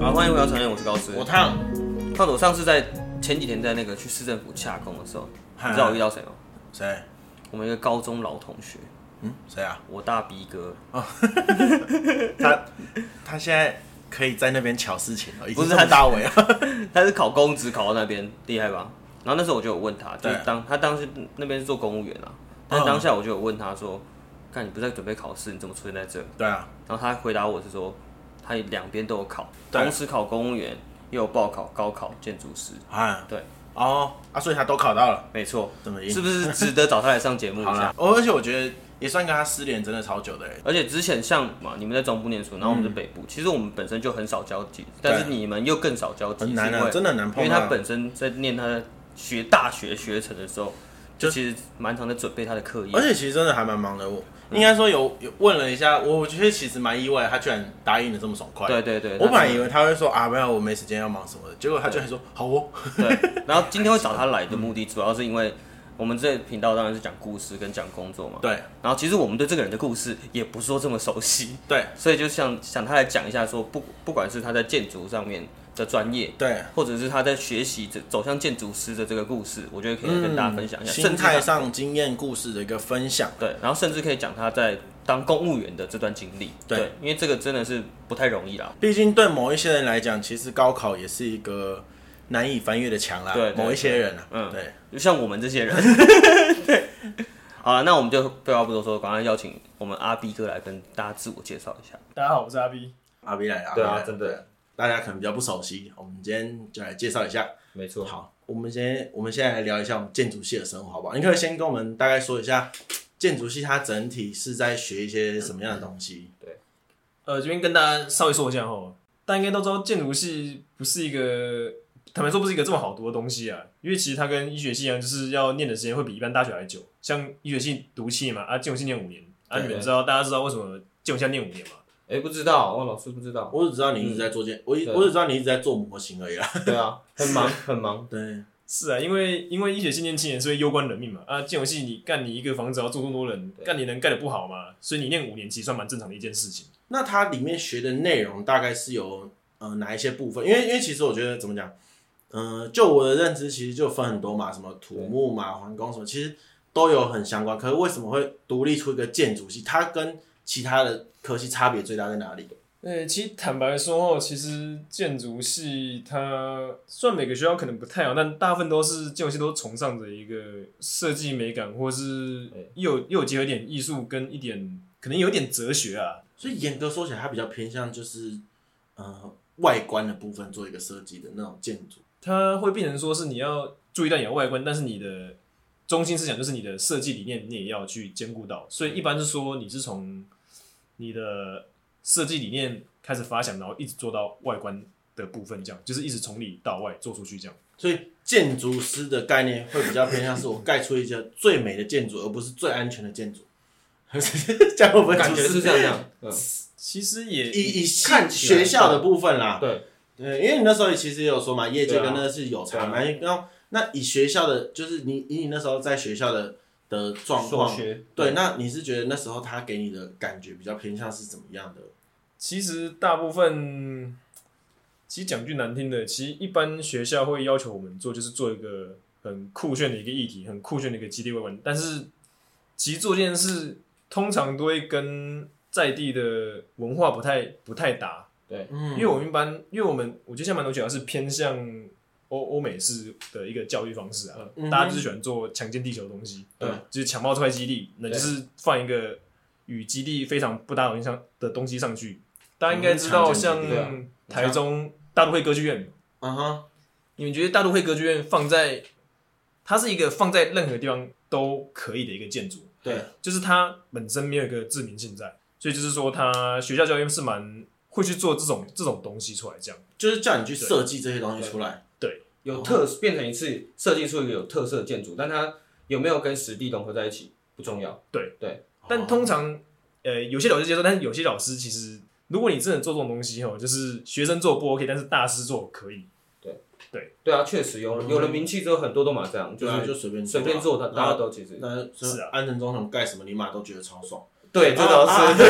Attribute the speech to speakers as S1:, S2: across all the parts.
S1: 啊欢迎回到常人，我是高斯。
S2: 我烫，
S1: 胖子，我上次在前几天在那个去市政府洽公的时候，
S2: 嗯
S1: 你知道我遇到谁吗？
S2: 谁？
S1: 我们一个高中老同学，
S2: 嗯，谁啊？
S1: 我大逼哥，
S2: 他 他现在可以在那边瞧事情了，已
S1: 不
S2: 经
S1: 是
S2: 这么大伟 了。
S1: 他是考公职考到那边，厉害吧？然后那时候我就有问他，就是
S2: 对嗯
S1: 当他当时那边是做公务员啊，但当下我就有问他说：“看你不是在准备考试，你怎么出现在这？”
S2: 对啊，
S1: 然后他回答我是说，他两边都有考，
S2: 对
S1: 同时考公务员，又有报考高考建筑师。
S2: 啊，
S1: 对，
S2: 哦，啊，所以他都考到了，
S1: 没错，
S2: 这么硬
S1: 是不是值得找他来上节目一
S2: 好
S1: 下
S2: 了？。哦，而且我觉得也算跟他失联真的超久的欸，
S1: 而且之前像嘛，你们在中部念书，然后我
S2: 嗯
S1: 们是北部，其实我们本身就很少交集，但是你们又更少交集，
S2: 很难啊
S1: 是因为
S2: 真的很难碰到
S1: 因为他本身在念他的学大学学程的时候，就其实蛮常在准备他的课业，
S2: 而且其实真的还蛮忙的。我
S1: 嗯
S2: 应该说有有问了一下，我我觉得其实蛮意外，他居然答应的这么爽快。
S1: 对对对，
S2: 我本来
S1: 那
S2: 以为他会说啊，没有，我没时间要忙什么的，结果他居然说好哦。
S1: 对，然后今天会找他来的目的，
S2: 嗯
S1: 主要是因为我们这频道当然是讲故事跟讲工作嘛，
S2: 对
S1: 然后其实我们对这个人的故事也不是说这么熟悉，
S2: 对
S1: 所以就想想他来讲一下说，不不管是他在建筑上面的专业，
S2: 对，
S1: 或者是他在学习这走向建筑师的这个故事，我觉得可以跟大家分享一下，甚
S2: 嗯心
S1: 至
S2: 态
S1: 他
S2: 上经验故事的一个分享。
S1: 对，然后甚至可以讲他在当公务员的这段经历，
S2: 对
S1: 因为这个真的是不太容易啦。
S2: 毕竟对某一些人来讲，其实高考也是一个难以翻越的墙啦。
S1: 对对
S2: 某一些人啊，
S1: 嗯
S2: 对，
S1: 就像我们这些 人，对，好了，那我们就废话不多说，赶快邀请我们阿 B 哥来跟大家自我介绍一下。
S3: 大家好，我是阿 B。
S2: 阿 B 来了，
S1: 对啊
S2: 阿 B 来了
S1: 真的
S2: 对大家可能比较不熟悉，我们今天就来介绍一下。
S1: 没错，
S2: 好，我们先我们现在来聊一下我们建筑系的生活，好不好？你可以先跟我们大概说一下建筑系它整体是在学一些什么样的东
S1: 嗯
S2: 西？
S3: 呃，这边跟大家稍微说一下哈，大家应该都知道建筑系不是一个，坦白说不是一个这么好读的东西啊，因为其实它跟医学系一样，就是要念的时间会比一般大学还久。像医学系读七年嘛，啊，建筑系念五年，啊，
S2: 对
S3: 你们知道大家知道为什么建筑系要念五年嘛？
S1: 哎、不知道，我老师不知道，
S2: 我只知道你一直在做建，我一
S1: 对
S2: 我只知道你一直在做模型而已啦。
S1: 对 啊，很忙很忙，
S2: 对，
S3: 是啊，因为因为医学系念七年，所以攸关人命嘛。啊，建筑系你干你一个房子要住这么多人，干你能盖的不好嘛，所以你念五年其实算蛮正常的一件事情。
S2: 那它里面学的内容大概是有呃哪一些部分？因为因为其实我觉得怎么讲，嗯、就我的认知，其实就分很多嘛，什么土木嘛、环工什么，其实都有很相关。可是为什么会独立出一个建筑系？它跟其他的科系差别最大在哪里？
S3: 呃，其实坦白说哦，其实建筑系它虽然每个学校可能不太好，但大部分都是建筑系都崇尚着一个设计美感，或是又有又有结合一点艺术跟一点可能有点哲学啊。
S2: 所以严格说起来，它比较偏向就是呃外观的部分做一个设计的那种建筑。
S3: 它会变成说是你要注意到你的外观，但是你的中心思想就是你的设计理念，你也要去兼顾到。所以一般是说你是从你的设计理念开始发想，然后一直做到外观的部分，这样就是一直从里到外做出去这样。
S2: 所以建筑师的概念会比较偏向是我盖出一个最美的建筑，而不是最安全的建筑。 这样会不会
S1: 感觉
S2: 出事
S1: 是这样这 样，嗯，
S3: 其实也
S2: 以以看
S1: 看起来
S2: 学校的部分啦，
S1: 对
S2: 对，因为你那时候其实也有说嘛，业界
S1: 对啊
S2: 跟那个是有差嘛，
S1: 对
S2: 然后那以学校的，就是你以你那时候在学校的的状
S1: 数
S2: 况，
S1: 学，
S2: 对，那你是觉得那时候他给你的感觉比较偏向是怎么样的？
S3: 其实大部分，其实讲句难听的，其实一般学校会要求我们做，就是做一个很酷炫的一个议题，很酷炫的一个基地外观。但是，其实做这件事通常都会跟在地的文化不太不太搭，
S2: 嗯
S3: 因为我们一般，因为我们我觉得现在蛮多学校是偏向欧欧美式的一个教育方式啊，
S2: 嗯
S3: 大家就是喜欢做强奸地球的东西，
S2: 对，
S3: 就是强暴这块基地，那就是放一个与基地非常不搭的上的东西上去。大家应该知道，
S2: 嗯强
S3: 像
S2: 奸
S1: 基地对啊
S3: 台中大都会歌剧院，
S2: 啊
S1: 嗯
S2: 哈，
S3: 你们觉得大都会歌剧院放在它是一个放在任何地方都可以的一个建筑，
S2: 对，
S3: 就是它本身没有一个知名性在，所以就是说，它学校教育是蛮会去做这种这种东西出来，这样。
S2: 就是叫你去设计这些东西出来，
S1: 有特变成一次设计出一个有特色的建筑，但它有没有跟实地融合在一起不重要，
S2: 哦
S3: 但通常，呃，有些老师接受，但是有些老师其实，如果你真的做这种东西哦，就是学生做不 OK，但是大师做可以。
S1: 对啊，确实有有了名气之后，很多都嘛这样，
S2: 对
S1: 就
S2: 啊，
S1: 是
S2: 就随便
S1: 随便
S2: 啊
S1: 做，他
S2: 然
S1: 大家
S2: 后
S1: 都其实
S2: 那
S3: 是
S2: 安城总统盖什么，你妈都觉得超爽。
S4: 对，这倒
S2: 啊
S4: 是。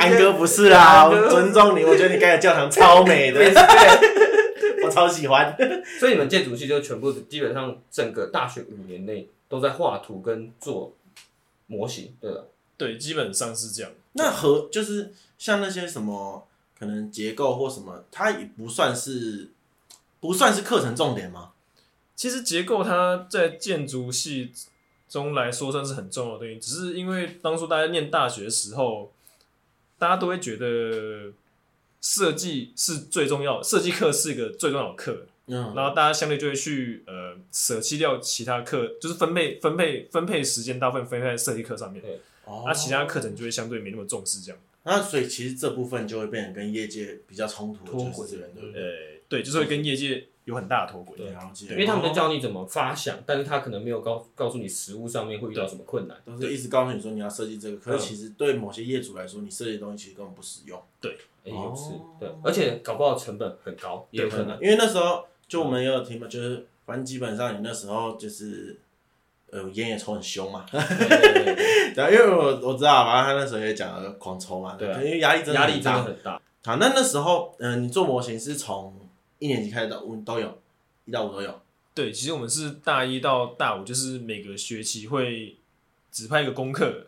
S2: 安哥不是啊，
S4: 安哥
S2: 我尊重你，我觉得你盖的教堂超美的， 我超喜欢。
S1: 所以你们建筑系就全部基本上整个大学五年内都在画图跟做模型，对吧？
S3: 对，基本上是这样。
S2: 那和就是像那些什么可能结构或什么，它也不算是不算是课程重点吗？
S3: 其实结构它在建筑系中来说算是很重要的东西，只是因为当初大家念大学的时候，大家都会觉得设计是最重要的，设计课是一个最重要的课，
S2: 嗯，
S3: 然后大家相对就会去呃舍弃掉其他课，就是分配分配分配时间，大部分分配在设计课上面，
S1: 对
S2: 哦
S3: 那、其他课程就会相对没那么重视这样。
S2: 那所以其实这部分就会变得跟业界比较冲突
S1: 脱
S2: 的就
S1: 轨
S2: 是这边，对不对？
S3: 呃，对，就是会跟业界有很大的脱轨。啊
S2: 对，了解。哦
S1: 因为他们就教你怎么发想，但是他可能没有告告诉你实物上面会遇到什么困难。
S2: 都是一直告诉你说你要设计这个，可
S1: 嗯
S2: 是其实对某些业主来说，你设计的东西其实根本不实用。
S1: 哎，也是
S2: 哦
S1: 对，而且搞不好成本很高，也有可能。
S2: 因为那时候就我们也有听嘛，就是反正基本上你那时候就是，呃，烟也抽很凶嘛，
S1: 对对对对
S2: 对啊，因为我我知道，反正他那时候也讲了狂抽嘛，
S1: 对啊
S2: 因为压力真的
S1: 压力
S2: 很
S1: 真的
S2: 大。
S1: 很大。
S2: 好，那那时候，嗯、你做模型是从一年级开始到五都有，一到五都有。
S3: 对，其实我们是大一到大五，就是每个学期会指派一个功课，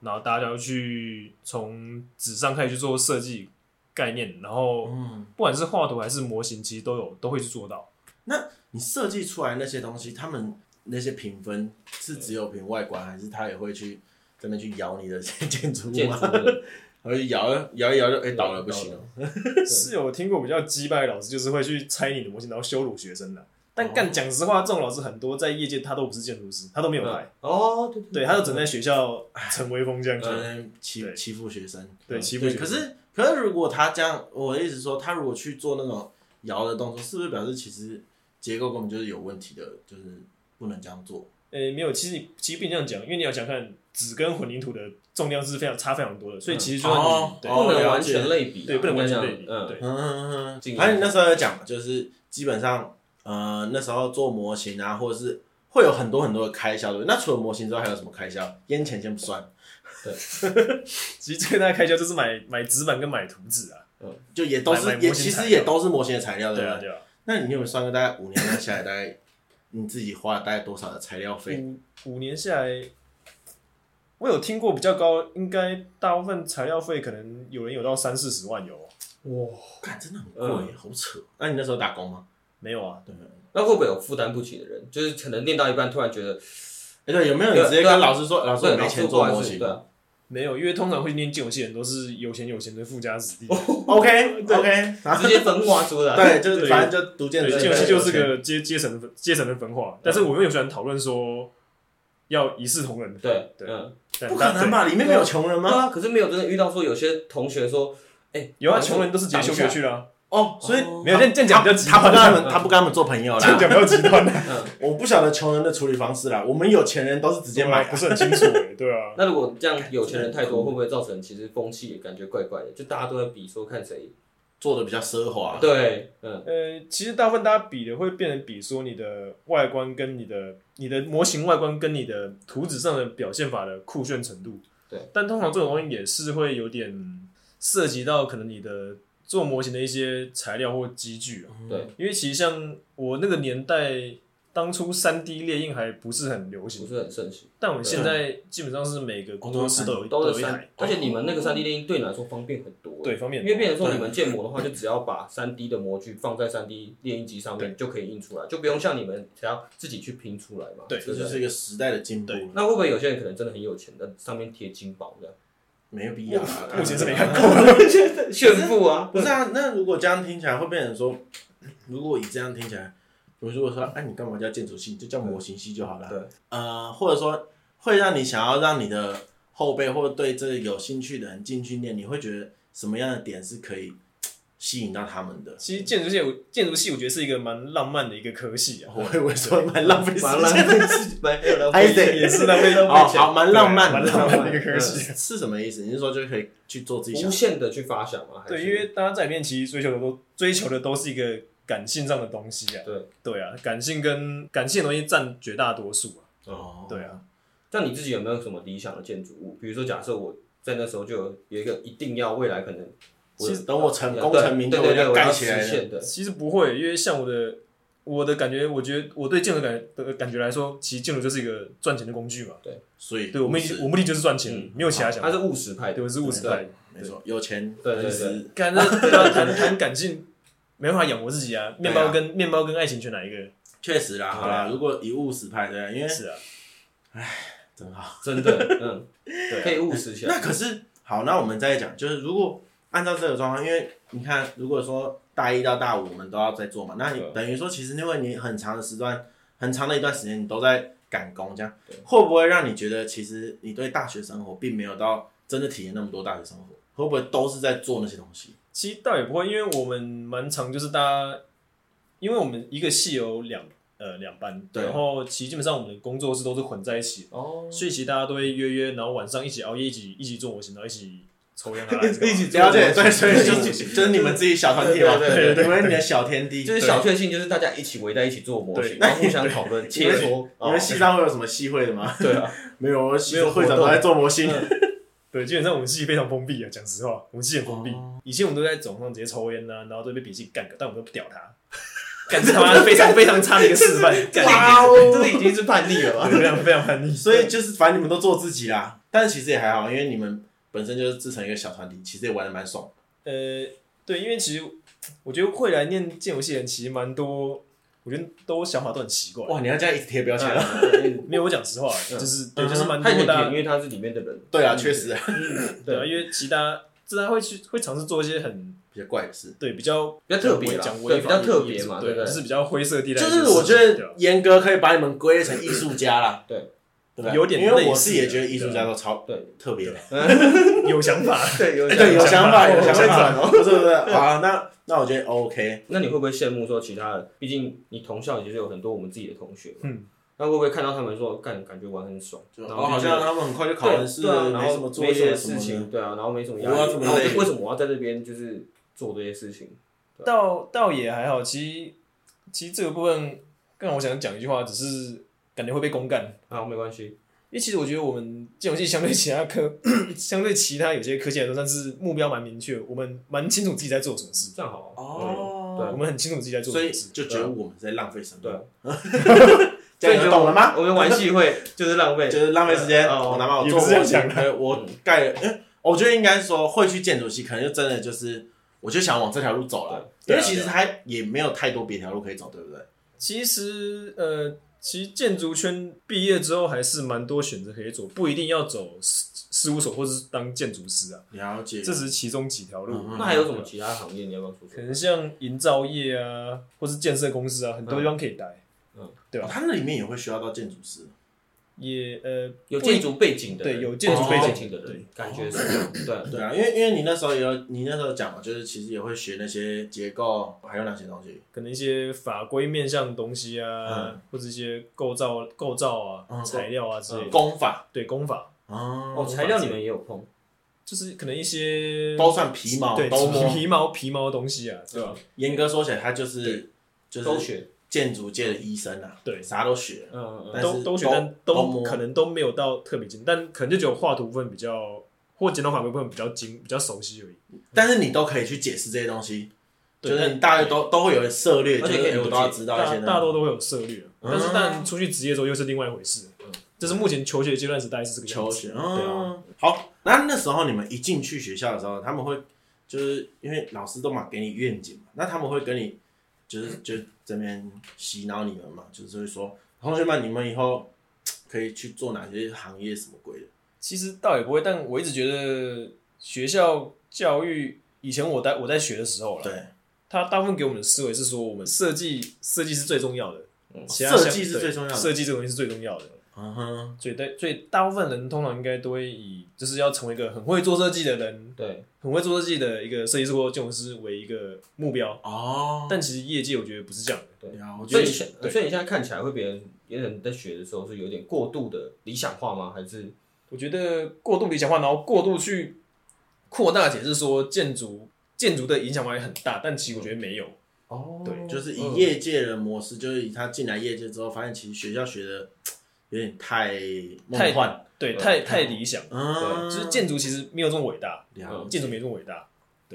S3: 然后大家要去从纸上开始去做设计概念，然后
S2: 嗯，
S3: 不管是画图还是模型，其实都有都会去做到。
S2: 你设计出来那些东西，他们那些评分是只有凭外观，还是他也会去这边去摇你的 建筑物
S1: 建筑
S2: 吗？他会去摇摇一摇就哎、倒了不行了。
S3: 是有听过比较击败的老师，就是会去拆你的模型，然后羞辱学生的。但
S2: 哦
S3: 干讲实话，这种老师很多，在业界他都不是建筑师，他都没有来，
S1: 哦，对
S3: 对，他就整在学校逞威风这样
S2: 就
S3: 子。
S2: 在那边欺
S3: 呃对
S2: 欺负学生，
S3: 对
S2: 嗯
S3: 欺负学生
S2: 可是可是如果他这样，我的意思说，他如果去做那种摇的动作，是不是表示其实结构根本就是有问题的，就是不能这样做？
S3: 诶、没有，其实你其实并这样讲，因为你要想看纸跟混凝土的重量是非常差非常多的，所以其实就算你、
S2: 哦
S3: 对
S2: 哦
S1: 不能
S2: 了
S1: 完
S2: 解
S1: 全类比啊，
S3: 对，不能完全类比。
S1: 嗯，
S3: 对，
S2: 嗯，
S1: 进
S2: 反正你那时候有讲嘛，就是基本上呃那时候做模型啊，或者是会有很多很多的开销的。那除了模型之外，还有什么开销？烟钱先不算，
S3: 其实最大的开销就是买买纸板跟买图纸啊。
S2: 就也都
S3: 买
S2: 是
S3: 买
S2: 也
S3: 模型
S2: 其
S3: 材
S2: 实
S3: 料
S2: 也都是模型的材料，对
S3: 对
S2: 不
S3: 啊，
S2: 对？
S3: 对啊。
S2: 那你有没有算过大概五年那下来大概你自己花了大概多少的材料费？
S3: 五五年下来，我有听过比较高，应该大部分材料费可能有人有到三四十万有。
S1: 哇，
S2: 干真的很
S3: 嗯
S1: 贵耶
S2: 好扯。那你那时候打工吗？
S3: 没有啊，
S2: 对，
S1: 那会不会有负担不起的人？就是可能练到一半，突然觉得，
S2: 哎，对，有没有你直接
S1: 对啊
S2: 跟老师说，老师
S1: 对，
S2: 我
S1: 老
S2: 没
S1: 师
S2: 钱
S1: 过
S2: 做
S1: 来
S2: 模
S1: 是
S2: 型
S1: 对啊，
S3: 没有，因为通常会念建筑系的人都是有钱有钱的富家子弟，
S2: ？OK OK，
S1: 直接分化出来。
S2: 对，就是
S3: 对
S2: 反正就读建
S3: 对，
S2: 筑，
S3: 建筑系就是个阶阶层的分阶层的分化。但是我们有喜欢讨论说要一视同仁的分，
S1: 对，
S3: 对
S1: 嗯，
S3: 但
S2: 不可能吧？里面没有穷人
S1: 对
S2: 吗？
S1: 啊，可是没有真的遇到说有些同学说，哎，
S3: 有啊，
S1: 老师
S3: 穷人都是直接休学去了啊，
S2: 哦，所以
S1: 哦
S3: 没有这样这样讲
S2: 他
S3: 比较极
S2: 他
S3: 端，啊
S2: 不跟他们，他不跟他们做朋友
S3: 这样
S2: 啦。
S3: 讲比较极端啊 的，
S2: 我不晓得穷人的处理方式啦，我们有钱人都是直接买
S3: 不
S2: 啊。
S3: 是很清楚欸，对啊，
S1: 那如果这样有钱人太多，会不会造成其实风气也感觉怪怪的？就大家都在比说看谁
S2: 做的比较奢
S3: 啊
S2: 华。
S1: 对，嗯，
S3: 呃，其实大部分大家比的会变成比说你的外观跟你的你的模型外观跟你的图纸上的表现法的酷炫程度。
S1: 对，
S3: 但通常这种东西也是会有点涉及到可能你的做模型的一些材料或机具、啊、
S1: 对，
S3: 因为其实像我那个年代，当初三 D 列印还不是很流
S1: 不
S3: 行，
S1: 是很盛行，
S3: 但我们现在基本上是每个工作室都有
S1: 嗯都
S3: 有
S1: 是
S3: 一
S1: 三
S3: 台，，
S1: 而且你们那个三 D 列印对你来说方便很多，
S3: 哎对，方面
S1: 因为变成说
S2: 对
S1: 你们建模的话，就只要把三 D 的模具放在三 D 列印机上面就可以印出来，就不用像你们还要自己去拼出来嘛。
S3: 对
S2: 这
S1: 不
S2: 就是一个时代的进步，
S3: 对
S1: 那会不会有些人可能真的很有钱，但上面贴金宝的
S2: 没有必要啊啦。
S3: 目前是没看
S2: 过。
S1: 炫富啊？
S2: 不是啊，那如果这样听起来会变成说，如果以这样听起来，我如果说，哎、你干嘛叫建筑系？你就叫模型系就好了。
S1: 对，
S2: 呃，或者说会让你想要让你的后辈或者对这个有兴趣的人进去念，你会觉得什么样的点是可以吸引到他们 的？
S3: 其实建筑系我，建筑系我觉得是一个蛮浪漫的一个科系啊。
S2: 我会为说蛮浪费时
S1: 蛮浪
S2: 间。
S1: 费自 己，蛮浪费
S2: 哎对
S1: 也是浪费
S2: 哦，
S1: 浪费
S2: 好，蛮浪漫
S3: 对
S2: 的，
S3: 蛮浪漫的
S1: 浪漫
S3: 一个科系。
S2: 是什么意思？你是说就可以去做自己
S1: 钱，
S2: 想
S1: 无？限的去发想嘛？还是
S3: 对，因为大家在里面其实追求的都追求的都是一个感性上的东西啊。
S1: 对
S3: 对啊，感性跟感性的东西占绝大多数啊。
S2: 哦
S1: 嗯
S3: 对啊，
S1: 像你自己有没有什么理想的建筑物？比如说，假设我在那时候就有有一个一定要未来可能
S2: 其实等我成功
S1: 对
S2: 成名就
S1: 对对对，
S2: 要
S1: 我
S2: 盖
S1: 要
S2: 起来
S1: 实
S2: 了。
S1: 现的，
S3: 其实不会，因为像我的我的感觉，我觉得我对建筑感的感觉来说，其实建筑就是一个赚钱的工具嘛。
S2: 所以
S3: 对我目的
S2: 是
S3: 我目的就是赚钱，没有其嗯他想
S1: 他
S3: 法。
S1: 是务实派的
S3: 对，，我是务实派。
S2: 没错，有钱
S1: 对对
S2: 能
S1: 对
S2: 施
S3: 干那啊要谈谈感性，没办法养活自己啊。面包跟面包跟爱情选哪一个？
S2: 确实
S1: 啊
S2: 啦，好啦，如果以务实派对，因为
S3: 是啊，
S2: 真好。
S1: 真的，嗯，可以务实起
S2: 那
S1: 来。
S2: 可是好，那我们再讲，就是如果按照这个状况，因为你看，如果说大一到大五我们都要在做嘛，那你
S1: 对啊
S2: 等于说，其实因为你很长的时段，很长的一段时间，你都在赶工，这样会不会让你觉得，其实你对大学生活并没有到真的体验那么多大学生活？会不会都是在做那些东西？
S3: 其实倒也不会，因为我们蛮常就是大家，因为我们一个系有两呃两班，
S2: 对
S3: 然后其实基本上我们的工作室都是混在一起的，
S1: 哦，
S3: 所以其实大家都会约约，然后晚上一起熬夜，一起一起做模型，然后一起抽 烟啊，还是干嘛
S2: 了解，对，所以
S3: 对
S2: 就就是你们自己小团体嘛，
S1: 对对对
S2: 你们你的小天地，
S1: 就是小确幸，就是大家一起围在一起做模型，然后互相讨论、切磋。哦
S2: 你们系上会有什么系会的吗？
S1: 对啊，
S2: 没有，我嗯们系
S3: 没有
S2: 会长
S3: 活
S2: 都
S3: 动
S2: 在做模型。
S3: 对，基本上我们系非常封闭啊，讲实话，我们系很封闭。
S1: 哦
S3: 以前我们都在总上直接抽烟呐、然后都被别系干，但我们都不屌 他，干这他妈非常非常差的一个示范，干
S1: 哇哦，这已经是叛逆了吧？
S3: 对非常非常叛逆。
S2: 所以就是反正你们都做自己啦，但是其实也还好，因为你们本身就是自成一个小团体，其实也玩的蛮爽。
S3: 呃，对，因为其实我觉得会来念建游系的人其实蛮多，我觉得都想法都很奇怪。
S2: 哇，你要这样一直贴标
S1: 嗯
S2: 签啊？
S3: 没有，我讲实话，就是对，
S2: 嗯
S3: 就是蛮
S2: 啊
S1: 他
S3: 多
S1: 也
S3: 大
S1: 甜，因
S3: 家
S1: 为他是里面的人。
S2: 对啊，确实啊
S3: 对啊，因为其他自然会去会尝试做一些很
S2: 比较怪的事。
S3: 对比较
S1: 比较特别啦
S3: 讲
S1: 对
S3: 违
S1: 比
S3: 法
S1: 较特
S3: 的
S1: 别嘛
S3: 对，
S1: 对不对
S3: 就是比较灰色地带
S2: 就
S3: 的事情。
S2: 是我觉
S3: 对啊
S2: 得严格可以把你们归类成艺术家啦，
S1: 对
S2: 对吧？
S3: 有点
S2: 因为我
S3: 类
S2: 自
S3: 似啊
S2: 己也觉得艺术家都超
S1: 对
S2: 特别的。哎
S3: 有想法，
S1: 对， 有
S2: 对，有想法，有
S3: 有
S2: 想
S3: 想法
S2: 法， 不是不是，好啊，那那我觉得 OK，
S1: 那你会不会羡慕说其他人？毕竟你同校其实有很多我们自己的同学，
S3: 嗯，
S1: 那会不会看到他们说干感觉玩很爽，
S2: 就
S1: 然
S2: 哦，
S1: 后
S2: 好
S1: 就觉
S2: 像
S1: 得
S2: 他们很快就考
S1: 对
S2: 完试
S1: 对啊，
S2: 了，
S1: 然
S2: 没什么
S1: 后
S2: 作
S1: 没
S2: 业
S1: 什么
S2: 什么
S1: 事情，
S2: 的。
S1: 对啊，然后没什么压
S2: 我要
S1: 力，
S2: 这么
S1: 然后我
S2: 累
S1: 就为什么我要在这边就是做这些事情？
S3: 啊倒倒也还好，其实其实这个部分更让我想讲一句话，只是感觉会被公干，
S1: 好，没关系，
S3: 因为其实我觉得我们建筑系相对其他科， 相对其他有些科系来说，算是目标蛮明确，我们蛮清楚自己在做什么事，
S1: 这样好啊。
S3: 我
S2: 哦，
S3: 们很清楚自己在做啊
S2: 所
S3: 什
S2: 以
S3: 么事。
S2: 就觉得我们在浪费生
S1: 对
S2: 命
S1: 啊，
S2: 这样你懂了吗？
S1: 我们玩戏会就是浪费，
S2: 就是浪费时间。
S1: 哦
S2: 我拿把我
S3: 也
S2: 做
S3: 不是这样
S2: 模型
S3: 讲，的
S2: 还有我盖了，嗯我觉得应该说会去建筑系，可能就真的就是，我就想往这条路走了，因
S3: 对
S2: 为
S3: 对啊
S2: 其实它也没有太多别条路可以走，对不对？
S3: 其实呃，其实建筑圈毕业之后还是蛮多选择可以走，不一定要走事事务所或者是当建筑师啊，
S2: 了解
S3: 这只是其中几条 路。
S2: 嗯
S1: 那还有什么其他行业你要不要说
S3: 可
S1: 说？
S3: 能像营造业啊，或是建设公司啊，很多地方可以待。对啊
S2: 它那里面也会需要到建筑师，
S3: 也呃，
S1: 有
S3: 不一
S1: 建筑背景的人，
S3: 对有建
S2: 筑
S1: 哦
S2: 背景
S1: 的
S3: 对
S1: 人，感觉是这样对。
S2: 对啊，因为因为你那时候也有，你那时候讲嘛，就是其实也会学那些结构，还有哪些东西，
S3: 可能一些法规面向的东西啊，或者一些构造、构造啊、
S2: 嗯
S3: 材料啊之类的，
S2: 工法
S3: 对工法，
S1: 哦，
S2: 哦
S1: 材料你们也有碰，
S3: 就是可能一些
S2: 都算皮毛，
S3: 对
S2: 都摸
S3: 皮，皮毛皮毛的东西啊，对吧、
S2: 严格说起来，它就是就
S1: 都
S2: 是
S1: 学。
S2: 建筑界的医生啊，
S3: 对
S2: 啥都学，
S1: 嗯嗯嗯，
S2: 但
S3: 都
S2: 是
S3: 都学，
S2: 都
S3: 但
S2: 都
S3: 都
S2: 摸
S3: 可能都没有到特别精，但可能就只有画图部分比较，或简单法规部分比较精、比较熟悉而已。
S2: 但是你都可以去解释这些东西，就
S3: 对
S2: 是你大概都都会有涉猎，就
S1: 而且
S2: 是
S1: 可以
S2: 哎我都要知道一
S3: 大
S2: 些东西
S3: 大多都会有涉猎，
S2: 嗯
S3: 但是但出去职业之后又是另外一回事。嗯，这是目前求学阶段时大概是这个样
S2: 求
S3: 子
S2: 学。
S3: 对啊。
S2: 嗯，好，那那时候你们一进去学校的时候，他们会就是因为老师都嘛给你愿景嘛，那他们会跟你就是 就这边洗脑你们嘛，就是会说同学们，你们以后可以去做哪些行业什么鬼的。
S3: 其实倒也不会，但我一直觉得学校教育，以前我在我在学的时候啦，
S2: 对，
S3: 它大部分给我们的思维是说，我们设计设计是最重要的，其他
S2: 设
S3: 项
S2: 计是
S3: 对
S2: 最重要的
S3: 设计这个东西是最重要的。
S2: 嗯哼，
S3: 所以对，所以大部分人通常应该都会以就是要成为一个很会做设计的人，
S1: 对，
S3: 很会做设计的一个设计师或建筑师为一个目标。
S2: 哦，
S3: 但其实业界我觉得不是这样的，
S2: 了
S1: 所以
S2: 解
S1: 你现，
S3: 对
S1: 所以你现在看起来会别人别人在学的时候是有点过度的理想化吗？还是
S3: 我觉得过度理想化，然后过度去扩大解释说建筑建筑的影响范围很大，但其实我觉得没有。
S1: 哦
S3: 对
S1: 嗯
S2: 就是以业界的模式，就是以他进来业界之后，发现其实学校学的有点太
S3: 太
S2: 梦幻，
S3: 对，
S1: 对
S3: 太太理想了，
S2: 嗯，
S3: 就是建筑其实没有这么伟大，
S2: 了解
S3: 建筑没这么伟 大。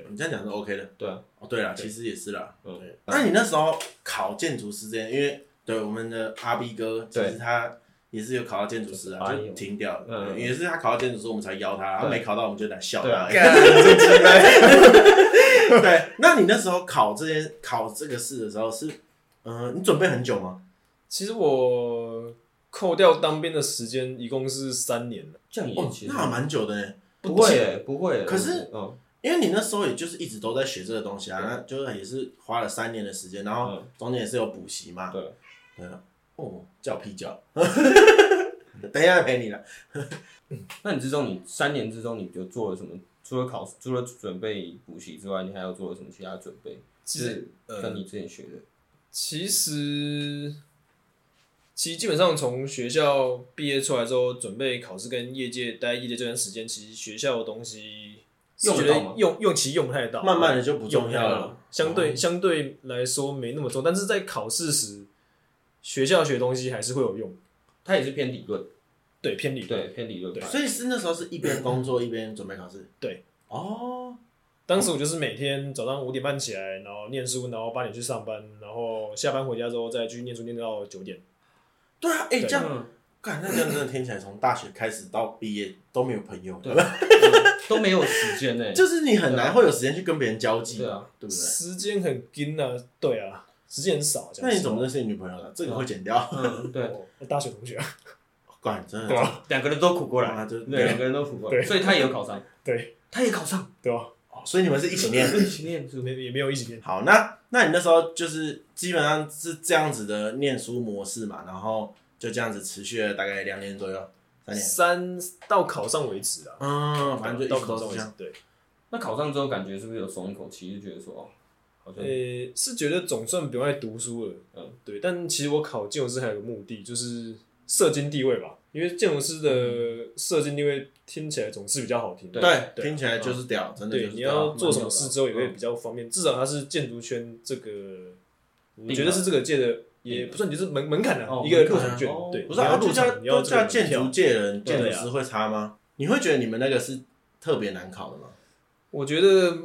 S2: 你这样讲是 OK 的。
S1: 嗯对啊，
S2: 哦，对了，
S3: 对
S2: 其实也是啦。
S1: 嗯
S2: 对，那你那时候考建筑师这件，因为对我们的阿 B 哥，其
S1: 对
S2: 实他也是有考到建筑师啊，
S1: 哎
S2: 就
S1: 呦
S2: 停掉了。
S1: 嗯
S2: 对也是他考到建筑师，我们才邀他，他
S1: 对
S2: 没考到我们就来笑
S1: 对啊
S2: 他。
S3: 干
S2: 对，那你那时候考这件考这个试的时候是，嗯，你准备很久吗？
S3: 其实我扣掉当兵的时间，一共是三年了。
S1: 这样也
S2: 哦
S1: 其，实
S2: 那还蛮久的呢。
S1: 不会耶，不会耶。
S2: 可是
S1: 嗯，
S2: 因为你那时候也就是一直都在学这个东西啊，
S1: 对
S2: 那就是也是花了三年的时间，然后
S1: 嗯
S2: 中间也是有补习嘛。
S1: 对，
S2: 对啊。哦，叫屁叫。 等一下陪你了。
S1: 那你之中，你三年之中，你就做了什么？除了考，除了准备补习之外，你还要做了什么其他呃准备？
S3: 其实
S1: 是跟你之前学的，
S3: 其实，其实基本上从学校毕业出来之后，准备考试跟业界待业界这段时间，其实学校的东西
S1: 用得
S3: 觉
S1: 到
S3: 得
S1: 吗
S3: 用用其实用不太到，
S2: 慢慢的就不重要了。哦
S3: 相
S1: 哦
S3: 对、相对来说没那么重，但是在考试时，学校学的东西还是会有用，
S1: 它也是偏理论，
S3: 对偏理
S1: 对，
S3: 论。
S1: 偏理论派。
S2: 所以是那时候是一边工作一边准备考试。
S3: 对。
S2: 哦，
S3: 当时我就是每天早上五点半起来，然后念书，然后八点去上班，然后下班回家之后再去念书，念到九点。
S2: 对啊，哎、
S3: 对
S2: 这样，
S1: 嗯，
S2: 干那这样真的听起来，从大学开始到毕业都没有朋友，
S1: 对，嗯都没有时间 呢。
S2: 就是你很难会有时间去跟别人交际，
S1: 对啊，
S2: 对不对？
S3: 时间很紧啊，对啊，时间很少。这样
S2: 那你怎么
S3: 说
S2: 认识你女朋友的？这个会剪掉，
S1: 嗯，对，
S3: 哦我大学同学啊。
S2: 管真的
S3: 对啊
S1: 两个人都苦过来，
S2: 啊，就
S1: 对，两个人都苦过来，
S3: 对
S1: 所以他也有考上，
S3: 对，
S1: 他也考上，
S3: 对吧？
S2: 哦所以你们是一起念。
S1: 一起念书。
S3: 没也没有一起念，
S2: 好，那那你那时候就是基本上是这样子的念书模式嘛，然后就这样子持续了大概两年左右，三年，
S3: 三到考上为止啊，
S2: 嗯，反正就一
S3: 到
S2: 直
S3: 考
S2: 都
S3: 上
S2: 是
S3: 为
S2: 这
S3: 止
S2: 样。。
S3: 对，
S1: 那考上之后，感觉是不是有松一口气，就觉得说哦，好像
S2: 嗯
S3: 呃，是觉得总算不用再读书了，
S1: 嗯，
S3: 对。但其实我考建筑师还有个目的，就是社经地位吧，因为建筑师
S2: 嗯
S3: 的社经地位听起来总是比较好听，
S1: 对
S2: 对，
S3: 对
S2: 听起来就是屌，真的就
S3: 对，
S2: 是
S3: 你
S2: 屌
S3: 要做什么事之后也
S1: 蛮有
S3: 会
S1: 的
S3: 比较方便，至少它是建筑圈这个，我
S1: 定
S3: 觉得
S1: 了
S3: 是这个界的，也不算就是门门槛
S1: 哦
S3: 啊，一个
S1: 门
S3: 入
S1: 槛
S3: 场券
S1: 哦，
S3: 对，
S2: 不是
S3: 你
S2: 啊，
S3: 要
S2: 就
S3: 入
S2: 叫
S3: 场，你要
S2: 都
S3: 这个
S2: 叫
S3: 门
S2: 建
S3: 票
S2: 筑界人、
S3: 对
S2: 建
S3: 啊
S2: 筑师会差吗？你会觉得你们那个是特别难考的吗？
S3: 我觉得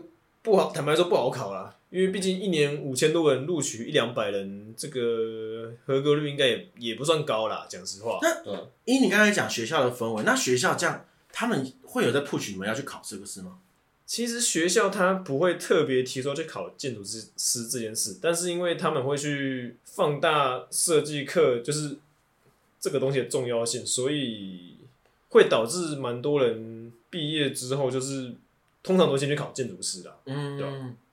S3: 不好，坦白说不好考啦，因为毕竟一年五千多人录取一两百人，这个合格率应该也也不算高啦。讲实话，
S1: 对，
S2: 以你刚才讲学校的氛围，那学校这样，他们会有在 push 你们要去考这个试吗？
S3: 其实学校它不会特别提说去考建筑师师这件事，但是因为他们会去放大设计课，就是这个东西的重要性，所以会导致蛮多人毕业之后就是通常都会先去考建筑师啦，
S2: 嗯，
S3: 对